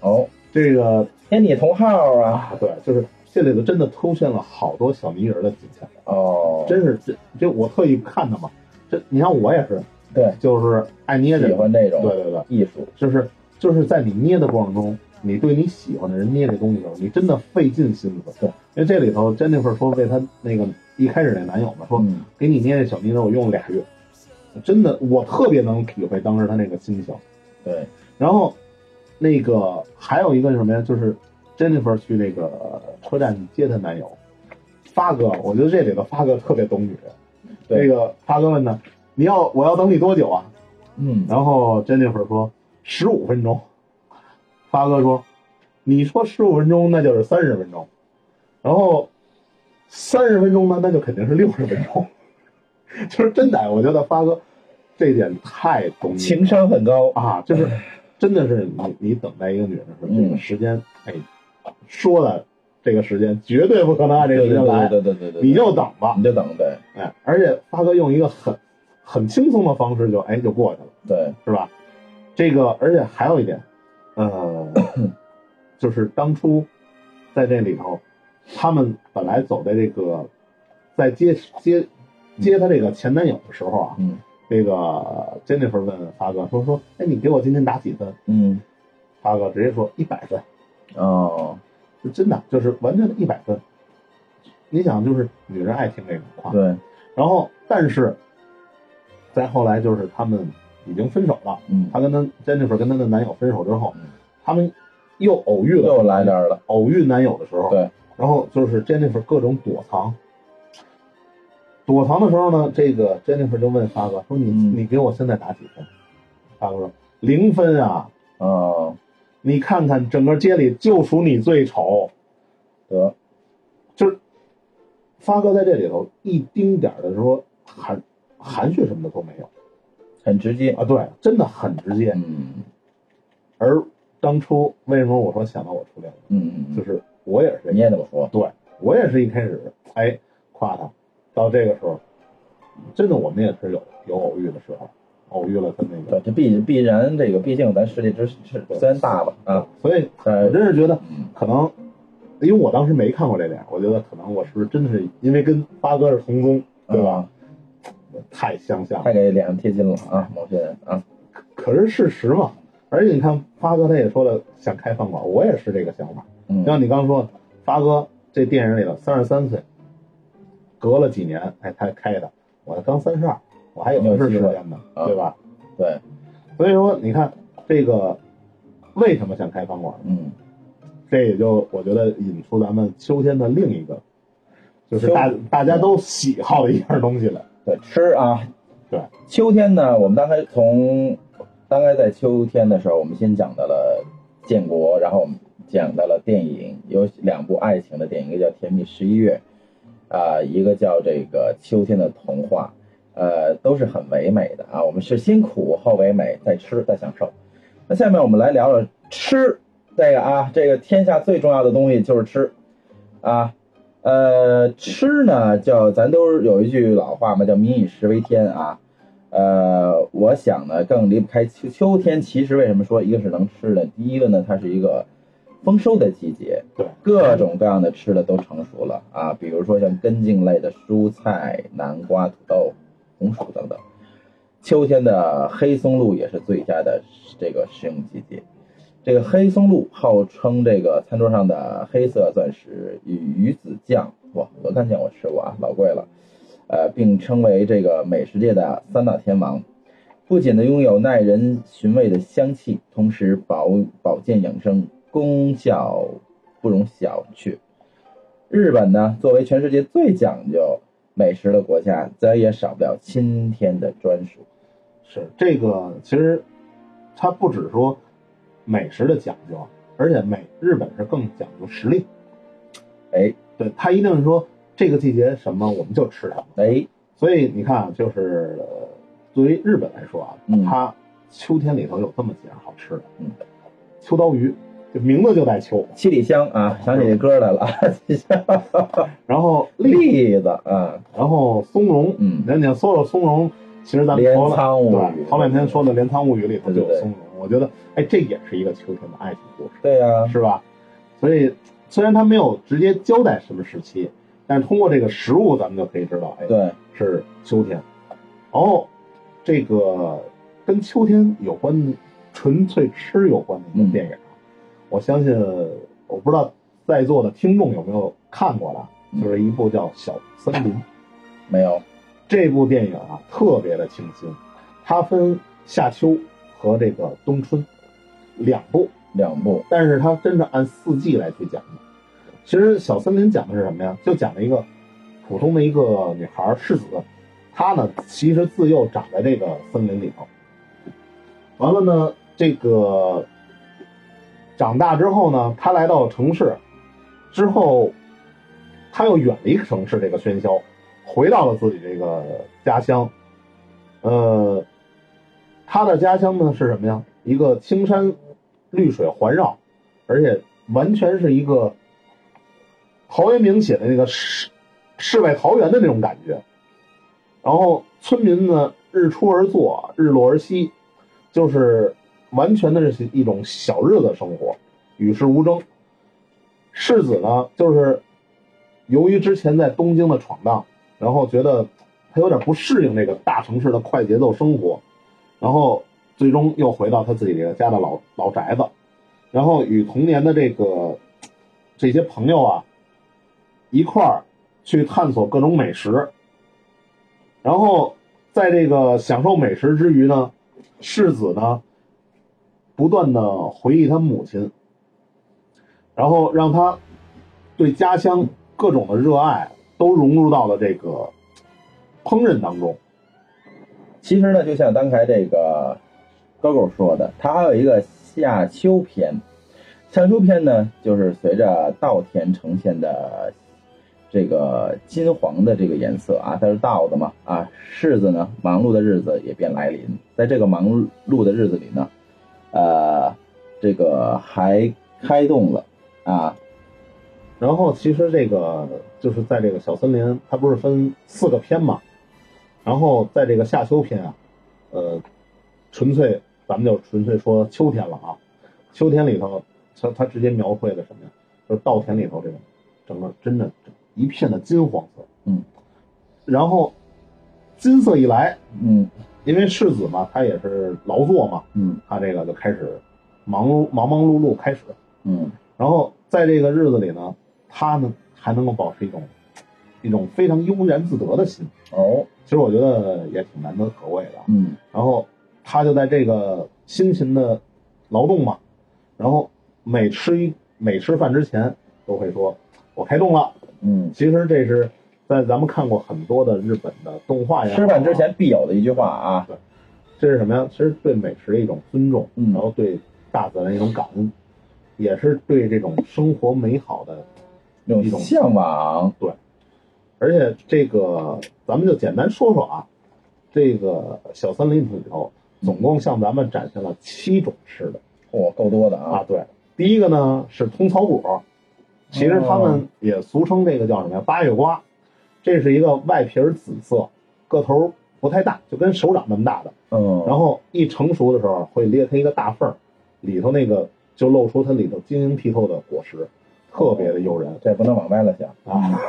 Speaker 1: 哦，
Speaker 2: 这个
Speaker 1: 天你同号啊，
Speaker 2: 啊，对，就是这里头真的出现了好多小泥人的景象。
Speaker 1: 哦，
Speaker 2: 真是这这我特意看的嘛。这你看我也是，
Speaker 1: 对，
Speaker 2: 就是爱捏
Speaker 1: 喜
Speaker 2: 这个，
Speaker 1: 欢这
Speaker 2: 对
Speaker 1: 种
Speaker 2: 对对，
Speaker 1: 艺术，
Speaker 2: 就是就是在你捏的过程中，你对你喜欢的人捏这东西的时候，你真的费尽心思。
Speaker 1: 对，
Speaker 2: 因为这里头 Jennifer 说为她那个一开始那男友嘛，说
Speaker 1: 嗯
Speaker 2: 给你捏这小泥人，我用了俩月，真的我特别能体会当时她那个心情。
Speaker 1: 对，
Speaker 2: 然后那个还有一个是什么呀？就是 Jennifer 去那个车站接她男友，发哥，我觉得这里头发哥特别懂女人。
Speaker 1: 对
Speaker 2: 那个发哥问他：“你要我要等你多久啊
Speaker 1: 嗯？”，
Speaker 2: 然后 Jennifer 说：“十五分钟。”发哥说：“你说十五分钟，那就是三十分钟。然后三十分钟呢，那就肯定是六十分钟。就是真的，我觉得发哥这一点太懂女人了
Speaker 1: 情商很高，
Speaker 2: 啊，就是真的是你你等待一个女人的时候，
Speaker 1: 哎嗯
Speaker 2: 这个时间，哎，说的这个时间绝对不可能按这
Speaker 1: 对
Speaker 2: 个
Speaker 1: 对
Speaker 2: 时间
Speaker 1: 对
Speaker 2: 来，
Speaker 1: 对对对对，嗯
Speaker 2: 你就等吧
Speaker 1: 你，就等呗，
Speaker 2: 哎，而且发哥用一个很很轻松的方式就哎就过去了，
Speaker 1: 对，
Speaker 2: 是吧？这个而且还有一点， 呃，就是当初在这里头，他们本来走在这个在接接接她这个前男友的时候啊，
Speaker 1: 嗯
Speaker 2: 这个 Jennifer 问发哥说说，哎，你给我今天打几分？
Speaker 1: 嗯，
Speaker 2: 发哥直接说一百分，
Speaker 1: 哦，
Speaker 2: 就真的就是完全的一百分。你想，就是女人爱听这种话，
Speaker 1: 对，
Speaker 2: 然后但是再后来就是他们已经分手了，
Speaker 1: 嗯
Speaker 2: 啊她跟她 Jennifer 跟她的男友分手之后
Speaker 1: 嗯，
Speaker 2: 他们又偶遇了，
Speaker 1: 又来这儿了。
Speaker 2: 偶遇男友的时候，
Speaker 1: 对，
Speaker 2: 然后就是 Jennifer 各种躲藏，躲藏的时候呢，这个 Jennifer 就问发哥说你：“
Speaker 1: 嗯
Speaker 2: 你给我现在打几分？”发哥说：“零分啊！
Speaker 1: 啊，
Speaker 2: 你看看整个街里就属你最丑。
Speaker 1: 得，”
Speaker 2: 发哥在这里头一丁点儿的说含含蓄什么的都没有
Speaker 1: 很直接。
Speaker 2: 啊，对，真的很直接。
Speaker 1: 嗯
Speaker 2: 而当初为什么我说想到我初恋了，
Speaker 1: 嗯，
Speaker 2: 就是我也是这
Speaker 1: 你
Speaker 2: 样，
Speaker 1: 也这么说。
Speaker 2: 对我也是一开始哎夸他，到这个时候，真的我们也是有有偶遇的时候，偶遇了他那个
Speaker 1: 对，这必必然这个，毕竟咱势力之之虽然大吧啊，，
Speaker 2: 呃所以我
Speaker 1: 但
Speaker 2: 真是觉得
Speaker 1: 嗯
Speaker 2: 可能，因为我当时没看过这脸，我觉得可能我是不是真的是因为跟八哥是同宗，对吧？太相像了
Speaker 1: 太。嗯给脸上贴金了啊，某些人啊，
Speaker 2: 可是事实嘛，而且你看发哥他也说了想开饭馆，我也是这个想法。
Speaker 1: 嗯
Speaker 2: 像你刚说，发哥这电影里头三十三岁，隔了几年，哎，他开的，我刚三十二，我还有的是时间呢，
Speaker 1: 啊
Speaker 2: 对吧？
Speaker 1: 对，
Speaker 2: 所以说，你看这个为什么想开饭馆，
Speaker 1: 嗯，
Speaker 2: 这也就我觉得引出咱们秋天的另一个，就是大
Speaker 1: 秋
Speaker 2: 大家都喜好的一样东西了。
Speaker 1: 对，吃啊，
Speaker 2: 对，
Speaker 1: 秋天呢，我们大概从大概在秋天的时候，我们先讲到了建国，然后我们讲到了电影，有两部爱情的电影，一个叫《甜蜜十一月》，啊、一个叫这个《秋天的童话》，呃，都是很唯美的啊。我们是先苦后唯美，再吃再享受。那下面我们来聊聊吃这个啊，这个天下最重要的东西就是吃啊。呃，吃呢，叫咱都是有一句老话嘛，叫“民以食为天”啊。呃，我想呢，更离不开秋秋天。其实为什么说一个是能吃的，第一个呢，它是一个丰收的季节，
Speaker 2: 对，
Speaker 1: 各种各样的吃的都成熟了啊，比如说像根茎类的蔬菜、南瓜、土豆、红薯等等。秋天的黑松露也是最佳的这个食用季节。这个黑松露号称这个餐桌上的黑色钻石，与鱼子酱哇，鹅肝酱我吃过啊，老贵了，呃，并称为这个美食界的三大天王。不仅呢拥有耐人寻味的香气，同时保保健养生功效不容小觑。日本呢，作为全世界最讲究美食的国家，咱也少不了今天的专属。
Speaker 2: 是这个，其实它不只说美食的讲究，而且美日本是更讲究时令。
Speaker 1: 哎
Speaker 2: 对，它一定是说这个季节什么我们就吃它。
Speaker 1: 哎，
Speaker 2: 所以你看啊，就是呃对于日本来说啊，
Speaker 1: 嗯
Speaker 2: 它秋天里头有这么几样好吃的，
Speaker 1: 嗯，
Speaker 2: 秋刀鱼，这名字就带秋。
Speaker 1: 七里香啊，想起这歌来了啊，七里香
Speaker 2: 然后栗，
Speaker 1: 栗子啊，
Speaker 2: 然后松茸，
Speaker 1: 嗯
Speaker 2: 那你要说到松茸，其实咱们
Speaker 1: 镰
Speaker 2: 说了
Speaker 1: 仓物语
Speaker 2: 对，头两天说的《镰仓物语》里头就
Speaker 1: 对对
Speaker 2: 有
Speaker 1: 对
Speaker 2: 松茸，我觉得哎，这也是一个秋天的爱情故事。
Speaker 1: 对啊呀、
Speaker 2: 是吧？所以虽然他没有直接交代什么时期，但是通过这个食物，咱们就可以知道，哎，
Speaker 1: 对，
Speaker 2: 是秋天。哦，这个跟秋天有关，纯粹吃有关的一个电影，啊我相信，我不知道在座的听众有没有看过了，就是一部叫《小森林》
Speaker 1: 没有，
Speaker 2: 这部电影啊，特别的清新，它分夏秋和这个冬春两部。
Speaker 1: 两部，
Speaker 2: 但是它真是按四季来去讲的。其实《小森林》讲的是什么呀？就讲了一个普通的一个女孩世子，她呢其实自幼长在这个森林里头。完了呢，这个长大之后呢，她来到城市，之后她又远离城市这个喧嚣，回到了自己这个家乡。呃，她的家乡呢是什么呀？一个青山绿水环绕，而且完全是一个陶渊明写的那个世世外桃源的那种感觉。然后村民呢，日出而作，日落而息，就是完全的是一种小日子生活，与世无争。世子呢，就是由于之前在东京的闯荡，然后觉得他有点不适应这个大城市的快节奏生活，然后最终又回到他自己这个家的老老宅子，然后与童年的这个这些朋友啊一块儿去探索各种美食，然后在这个享受美食之余呢，世子呢不断的回忆他母亲，然后让他对家乡各种的热爱都融入到了这个烹饪当中。
Speaker 1: 其实呢，就像刚才这个高狗说的，它还有一个夏秋篇。夏秋篇呢，就是随着稻田呈现的这个金黄的这个颜色啊，它是稻子嘛啊，柿子呢，忙碌的日子也便来临。在这个忙碌的日子里呢，呃，这个还开动了啊，
Speaker 2: 然后其实这个就是在这个小森林，它不是分四个篇嘛，然后在这个夏秋篇啊，呃，纯粹咱们就纯粹说秋天了啊，秋天里头，它它直接描绘的什么呀？就是稻田里头这种整个真的一片的金黄色，
Speaker 1: 嗯，
Speaker 2: 然后金色一来，
Speaker 1: 嗯
Speaker 2: 因为世子嘛，他也是劳作嘛，
Speaker 1: 嗯
Speaker 2: 他这个就开始忙碌忙忙碌碌开始，
Speaker 1: 嗯
Speaker 2: 然后在这个日子里呢，他呢还能够保持一种一种非常悠然自得的心，
Speaker 1: 哦
Speaker 2: 其实我觉得也挺难得可贵的。
Speaker 1: 嗯
Speaker 2: 然后他就在这个辛勤的劳动嘛，然后每吃一每吃饭之前都会说“我开动了
Speaker 1: 嗯”，，
Speaker 2: 其实这是在咱们看过很多的日本的动画呀，
Speaker 1: 吃饭之前必有的一句话啊，
Speaker 2: 这是什么呀？其实对美食的一种尊重，
Speaker 1: 嗯
Speaker 2: 然后对大自然一种感恩，也是对这种生活美好的
Speaker 1: 那种
Speaker 2: 一种
Speaker 1: 向往，
Speaker 2: 而且这个咱们就简单说说啊，这个小森林里头总共向咱们展现了七种吃的
Speaker 1: 嚯、够多的啊
Speaker 2: 啊。，对，第一个呢是通草果，其实他们也俗称这个叫什么呀？八月瓜，这是一个外皮儿紫色，个头儿不太大，就跟手掌那么大的。
Speaker 1: 嗯，
Speaker 2: 然后一成熟的时候会裂开一个大缝儿，里头那个就露出它里头晶莹剔透的果实，特别的诱人
Speaker 1: 这不能往歪了想，
Speaker 2: 啊。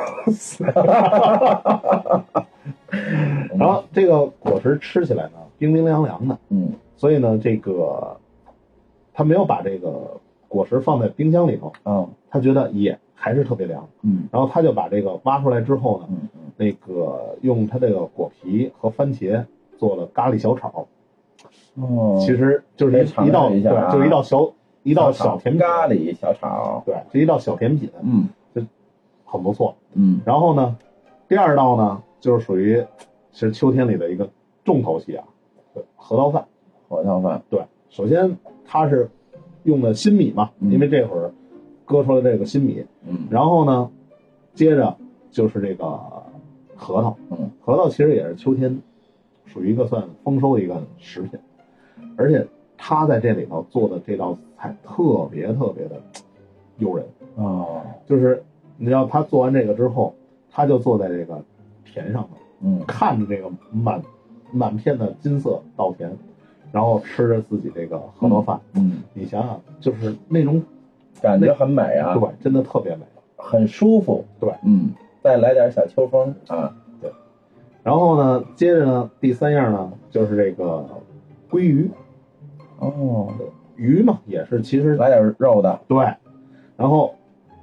Speaker 2: 然后这个果实吃起来呢，冰冰凉凉的，
Speaker 1: 嗯
Speaker 2: 所以呢，这个他没有把这个果实放在冰箱里头，
Speaker 1: 啊
Speaker 2: 他觉得也还是特别凉。
Speaker 1: 嗯
Speaker 2: 然后他就把这个挖出来之后呢，
Speaker 1: 嗯嗯，
Speaker 2: 那个用他这个果皮和番茄做了咖喱小炒，
Speaker 1: 哦，
Speaker 2: 其实就
Speaker 1: 可
Speaker 2: 是
Speaker 1: 以尝
Speaker 2: 一道
Speaker 1: 试一下啊
Speaker 2: 对，就是一道小一道小
Speaker 1: 小
Speaker 2: 甜品，
Speaker 1: 咖喱小炒，
Speaker 2: 对，这一道小甜品
Speaker 1: 嗯
Speaker 2: 很不错。
Speaker 1: 嗯
Speaker 2: 然后呢，第二道呢就是属于其实秋天里的一个重头戏啊，核桃饭。
Speaker 1: 火烧饭，
Speaker 2: 对，首先它是用的新米嘛，
Speaker 1: 嗯
Speaker 2: 因为这会儿割出来这个新米，
Speaker 1: 嗯
Speaker 2: 然后呢，接着就是这个核桃，
Speaker 1: 嗯，
Speaker 2: 核桃其实也是秋天属于一个算丰收的一个食品，而且它在这里头做的这道菜特别特别的诱人，
Speaker 1: 哦
Speaker 2: 就是你知道他做完这个之后，他就坐在这个田上面，
Speaker 1: 嗯
Speaker 2: 看着这个满满片的金色稻田，然后吃着自己这个核桃饭。
Speaker 1: 嗯，
Speaker 2: 你想想，就是那种
Speaker 1: 感觉很美啊，
Speaker 2: 对，真的特别美。
Speaker 1: 很舒服，
Speaker 2: 对，
Speaker 1: 嗯，再来点小秋风啊，
Speaker 2: 然后呢，接着呢，第三样呢，就是这个鲑鱼，
Speaker 1: 哦，
Speaker 2: 鱼嘛也是其实
Speaker 1: 来点肉的，
Speaker 2: 对。然后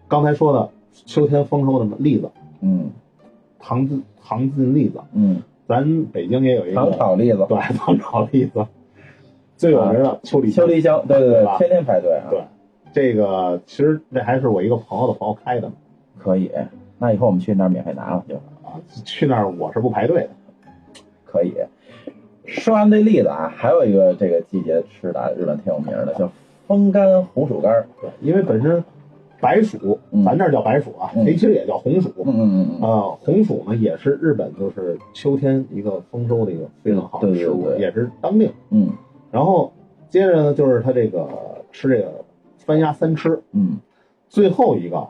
Speaker 2: 刚才说的秋天丰收的栗子，
Speaker 1: 嗯
Speaker 2: 糖渍糖渍栗子，
Speaker 1: 嗯，
Speaker 2: 咱北京也有一个
Speaker 1: 糖炒 栗子，
Speaker 2: 对糖炒栗子， 最有
Speaker 1: 啊
Speaker 2: 名的秋梨
Speaker 1: 秋梨香，对对
Speaker 2: 对
Speaker 1: 对，
Speaker 2: 吧
Speaker 1: 天天排队啊，
Speaker 2: 对，这个其实那还是我一个朋友的朋友开的呢
Speaker 1: 可以，那以后我们去那儿免费拿了就。
Speaker 2: 啊，去那儿我是不排队的。
Speaker 1: 可以。说完这栗子啊，还有一个这个季节吃的啊，日本挺有名的，叫风干红薯干儿。
Speaker 2: 对，因为本身白薯
Speaker 1: 嗯，
Speaker 2: 咱这儿叫白薯啊，
Speaker 1: 嗯
Speaker 2: 谁其实也叫红薯。
Speaker 1: 嗯嗯嗯
Speaker 2: 啊，红薯呢也是日本就是秋天一个丰收的一个非常好
Speaker 1: 嗯对
Speaker 2: 的
Speaker 1: 对
Speaker 2: 食物，
Speaker 1: 对
Speaker 2: 也是当令。
Speaker 1: 嗯
Speaker 2: 然后接着呢就是它这个吃这个番鸭三吃，
Speaker 1: 嗯
Speaker 2: 最后一个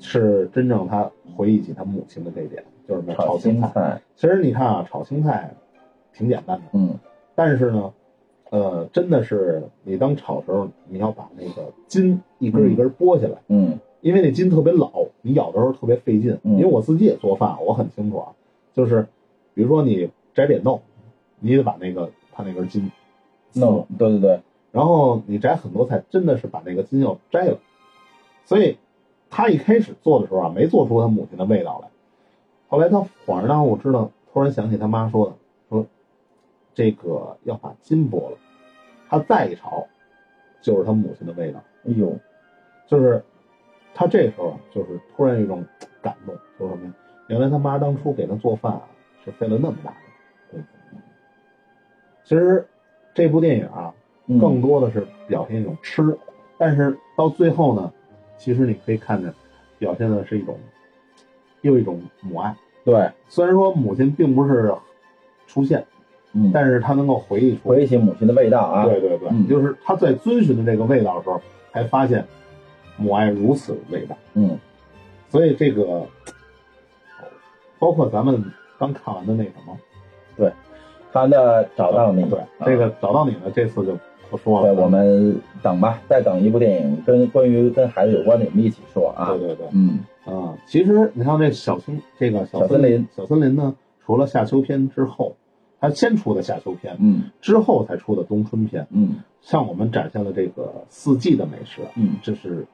Speaker 2: 是真正他回忆起他母亲的这一点，就是什
Speaker 1: 嗯，
Speaker 2: 么
Speaker 1: 炒
Speaker 2: 炒
Speaker 1: 青
Speaker 2: 青菜。
Speaker 1: 菜。
Speaker 2: 其实你看啊，炒青菜挺简单的，
Speaker 1: 嗯
Speaker 2: 但是呢，呃，真的是你当炒的时候，你要把那个筋一根一根剥下来，
Speaker 1: 嗯
Speaker 2: 因为那筋特别老，你咬的时候特别费劲。
Speaker 1: 嗯
Speaker 2: 因为我自己也做饭，我很清楚啊，就是比如说你摘扁豆，你得把那个它那根筋撕
Speaker 1: 弄
Speaker 2: 了，
Speaker 1: 对对对，
Speaker 2: 然后你摘很多菜，真的是把那个筋要摘了。所以他一开始做的时候啊，没做出他母亲的味道来。后来他恍然大悟，知道突然想起他妈说的，说这个要把筋剥了，他再一炒，就是他母亲的味道。
Speaker 1: 哎呦，
Speaker 2: 就是他这时候啊就是突然有一种感动，就是什么呀？原来他妈当初给他做饭啊，是费了那么大的功夫。其实这部电影啊，
Speaker 1: 嗯
Speaker 2: 更多的是表现一种吃，但是到最后呢，其实你可以看见，表现的是一种又一种母爱。
Speaker 1: 对，
Speaker 2: 虽然说母亲并不是出现，
Speaker 1: 嗯，
Speaker 2: 但是她能够回忆出
Speaker 1: 回忆起母亲的味道啊，
Speaker 2: 对对对，
Speaker 1: 嗯
Speaker 2: 就是他在遵循的这个味道的时候，才发现母爱如此伟大。
Speaker 1: 嗯
Speaker 2: 所以这个，包括咱们刚看完的那什么，
Speaker 1: 他呢找到你，
Speaker 2: 对、
Speaker 1: 啊
Speaker 2: 这个找到你了，这次就不说
Speaker 1: 对，
Speaker 2: 了。
Speaker 1: 我们等吧，再等一部电影跟关于跟孩子有关的，我们一起说啊
Speaker 2: 对。对对，
Speaker 1: 嗯，
Speaker 2: 啊、其实你看这小森这个小
Speaker 1: 小森林，
Speaker 2: 小森林呢，除了夏秋篇之后，他先出的夏秋篇，
Speaker 1: 嗯
Speaker 2: 之后才出的冬春篇，
Speaker 1: 嗯
Speaker 2: 向我们展现了这个四季的美食，
Speaker 1: 嗯，
Speaker 2: 这是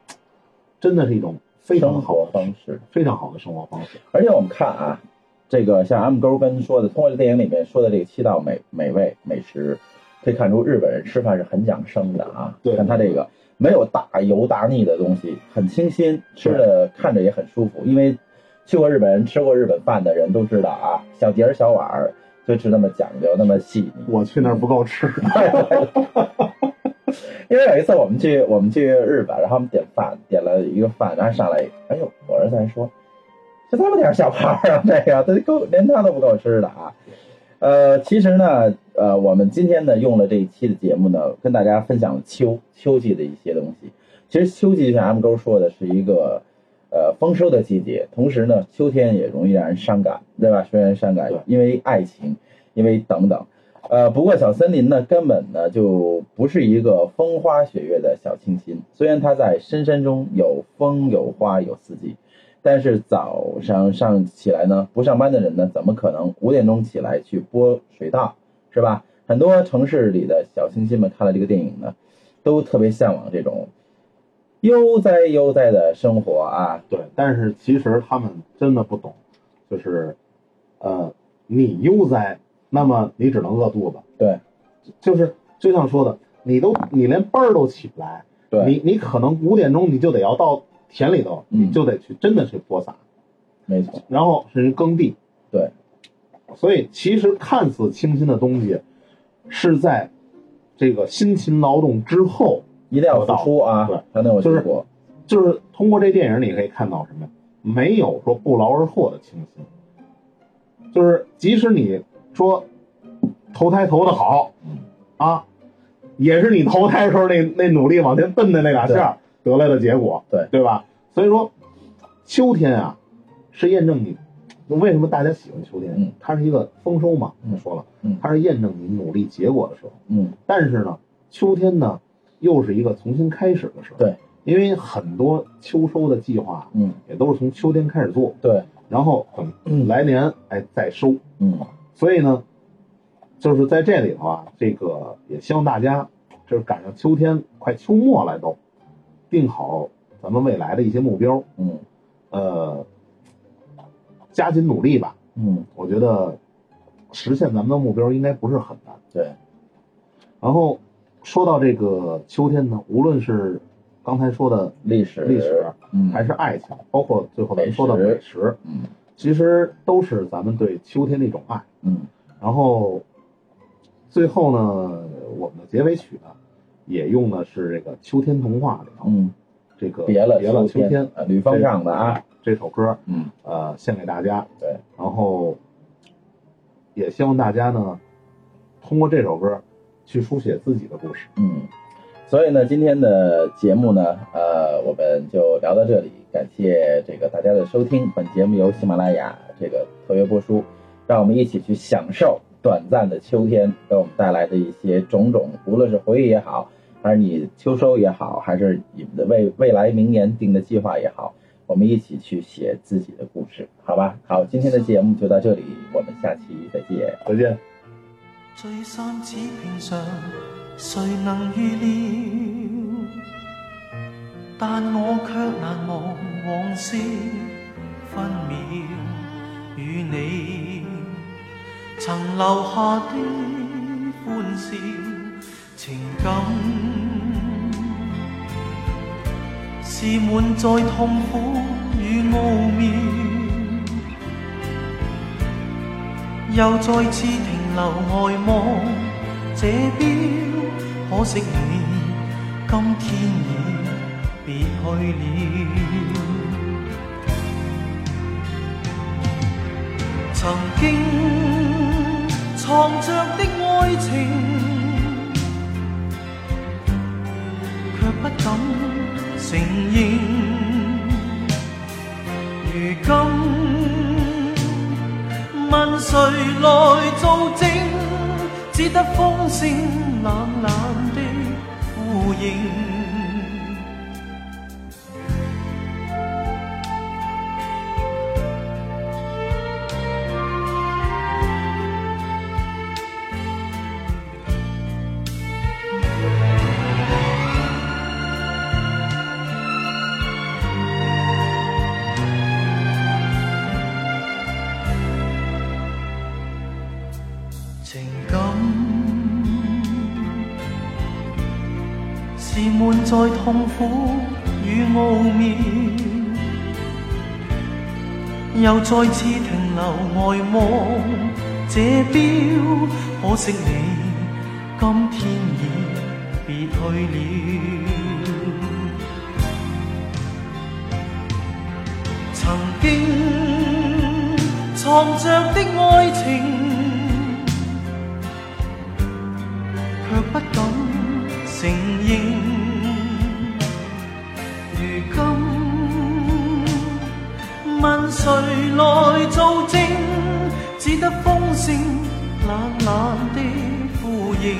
Speaker 2: 真的是一种非常
Speaker 1: 生
Speaker 2: 好
Speaker 1: 活
Speaker 2: 的
Speaker 1: 方式。
Speaker 2: 非常好的生活方式。
Speaker 1: 而且我们看啊，这个像 M 勾跟说的，通过这电影里面说的这个七道美美味美食，可以看出日本人吃饭是很养生的啊。
Speaker 2: 对
Speaker 1: 看他这个没有大油大腻的东西，很清新，吃的看着也很舒服。因为去过日本、吃过日本饭的人都知道啊，小碟儿小碗儿就吃那么讲究，那么细腻。
Speaker 2: 我去那儿不够吃，
Speaker 1: 因为有一次我们去我们去日本，然后我们点饭，点了一个饭，然后上来一个，哎呦，我儿子还说，就这么点小孩儿啊，这个他够连他都不够吃的啊。呃，其实呢，呃，我们今天呢用了这一期的节目呢，跟大家分享了秋秋季的一些东西。其实秋季就像 M 勾说的是一个呃丰收的季节，同时呢，秋天也容易让人伤感，对吧？虽然伤感
Speaker 2: 对，
Speaker 1: 因为爱情，因为等等。呃，不过小森林呢，根本呢就不是一个风花雪月的小清新。虽然它在深山中有风有花有四季，但是早上上起来呢，不上班的人呢，怎么可能五点钟起来去拨水稻，是吧？很多城市里的小清新们看了这个电影呢，都特别向往这种悠哉悠哉的生活啊。
Speaker 2: 对，但是其实他们真的不懂，就是，呃，你悠哉，那么你只能饿肚子。
Speaker 1: 对，
Speaker 2: 就是就像说的，你都你连班儿都起不来，
Speaker 1: 对，
Speaker 2: 你你可能五点钟你就得要到田里头，
Speaker 1: 嗯
Speaker 2: 你就得去真的去播撒，
Speaker 1: 没错，
Speaker 2: 然后是耕地。
Speaker 1: 对，
Speaker 2: 所以其实看似清新的东西，是在这个辛勤劳动之后，
Speaker 1: 一定要付出啊
Speaker 2: 对，
Speaker 1: 才能有
Speaker 2: 就是
Speaker 1: 结果。
Speaker 2: 就是通过这电影，你可以看到什么呀？没有说不劳而获的清新，就是即使你说投胎投的好
Speaker 1: 嗯
Speaker 2: 啊，也是你投胎的时候那那努力往前奔的那俩线儿得来的结果，
Speaker 1: 对
Speaker 2: 对吧？所以说，秋天啊，是验证你为什么大家喜欢秋天，
Speaker 1: 嗯
Speaker 2: 它是一个丰收嘛，
Speaker 1: 嗯
Speaker 2: 我说了，
Speaker 1: 嗯
Speaker 2: 它是验证你努力结果的时候。
Speaker 1: 嗯，
Speaker 2: 但是呢，秋天呢，又是一个重新开始的时候。
Speaker 1: 对，
Speaker 2: 因为很多秋收的计划
Speaker 1: 嗯，
Speaker 2: 也都是从秋天开始做，
Speaker 1: 对，
Speaker 2: 然后等
Speaker 1: 嗯
Speaker 2: 来年哎再收。
Speaker 1: 嗯
Speaker 2: 所以呢，就是在这里头啊，这个也希望大家就是赶上秋天快秋末来都，定好咱们未来的一些目标，
Speaker 1: 嗯
Speaker 2: 呃，加紧努力吧。
Speaker 1: 嗯，
Speaker 2: 我觉得实现咱们的目标应该不是很难。
Speaker 1: 对，
Speaker 2: 然后说到这个秋天呢，无论是刚才说的
Speaker 1: 历史
Speaker 2: 历史，啊
Speaker 1: 嗯，
Speaker 2: 还是爱情，包括最后咱们说的美
Speaker 1: 美
Speaker 2: 食，
Speaker 1: 嗯
Speaker 2: 其实都是咱们对秋天的一种爱。
Speaker 1: 嗯
Speaker 2: 然后最后呢，我们的结尾曲呢，也用的是这个《秋天童话》里头、
Speaker 1: 嗯，
Speaker 2: 这个
Speaker 1: 别了
Speaker 2: 别了秋
Speaker 1: 秋
Speaker 2: 天
Speaker 1: 啊，吕方唱的啊，
Speaker 2: 这首歌，
Speaker 1: 嗯，
Speaker 2: 呃，献给大家。
Speaker 1: 对，
Speaker 2: 然后也希望大家呢，通过这首歌去书写自己的故事。
Speaker 1: 嗯，所以呢，今天的节目呢，呃，我们就聊到这里，感谢这个大家的收听。本节目由喜马拉雅这个特约播出，让我们一起去享受短暂的秋天给我们带来的一些种种，无论是回忆也好，还是你秋收也好，还是你们的未未来明年定的计划也好，我们一起去写自己的故事，好吧？好，今天的节目就到这里，我们下期再见。
Speaker 2: 再见。
Speaker 3: 聚散只平常，谁能预料？但我却难忘往昔分秒，与你曾留下的欢笑，情感是是满载痛苦與奧妙，又再次停留外望這標，可惜你今天已別去了。曾經藏着的愛情。卻不敢承認。如今問誰來做證？只得風聲冷冷的呼應。情感是滿載痛苦與奧妙，又再次停留外望這標，可惜你今天已別去了。曾經藏着的愛情，卻不敢承認。如今問誰來做證，只得風聲冷冷的呼應。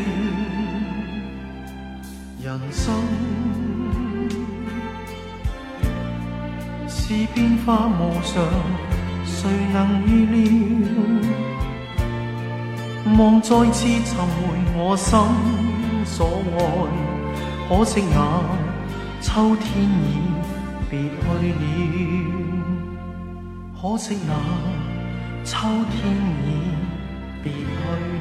Speaker 3: 人生。是變化無常，誰能預料？望再次尋回我心所愛，可惜那、秋天已別去了，可惜那、秋天已別去了。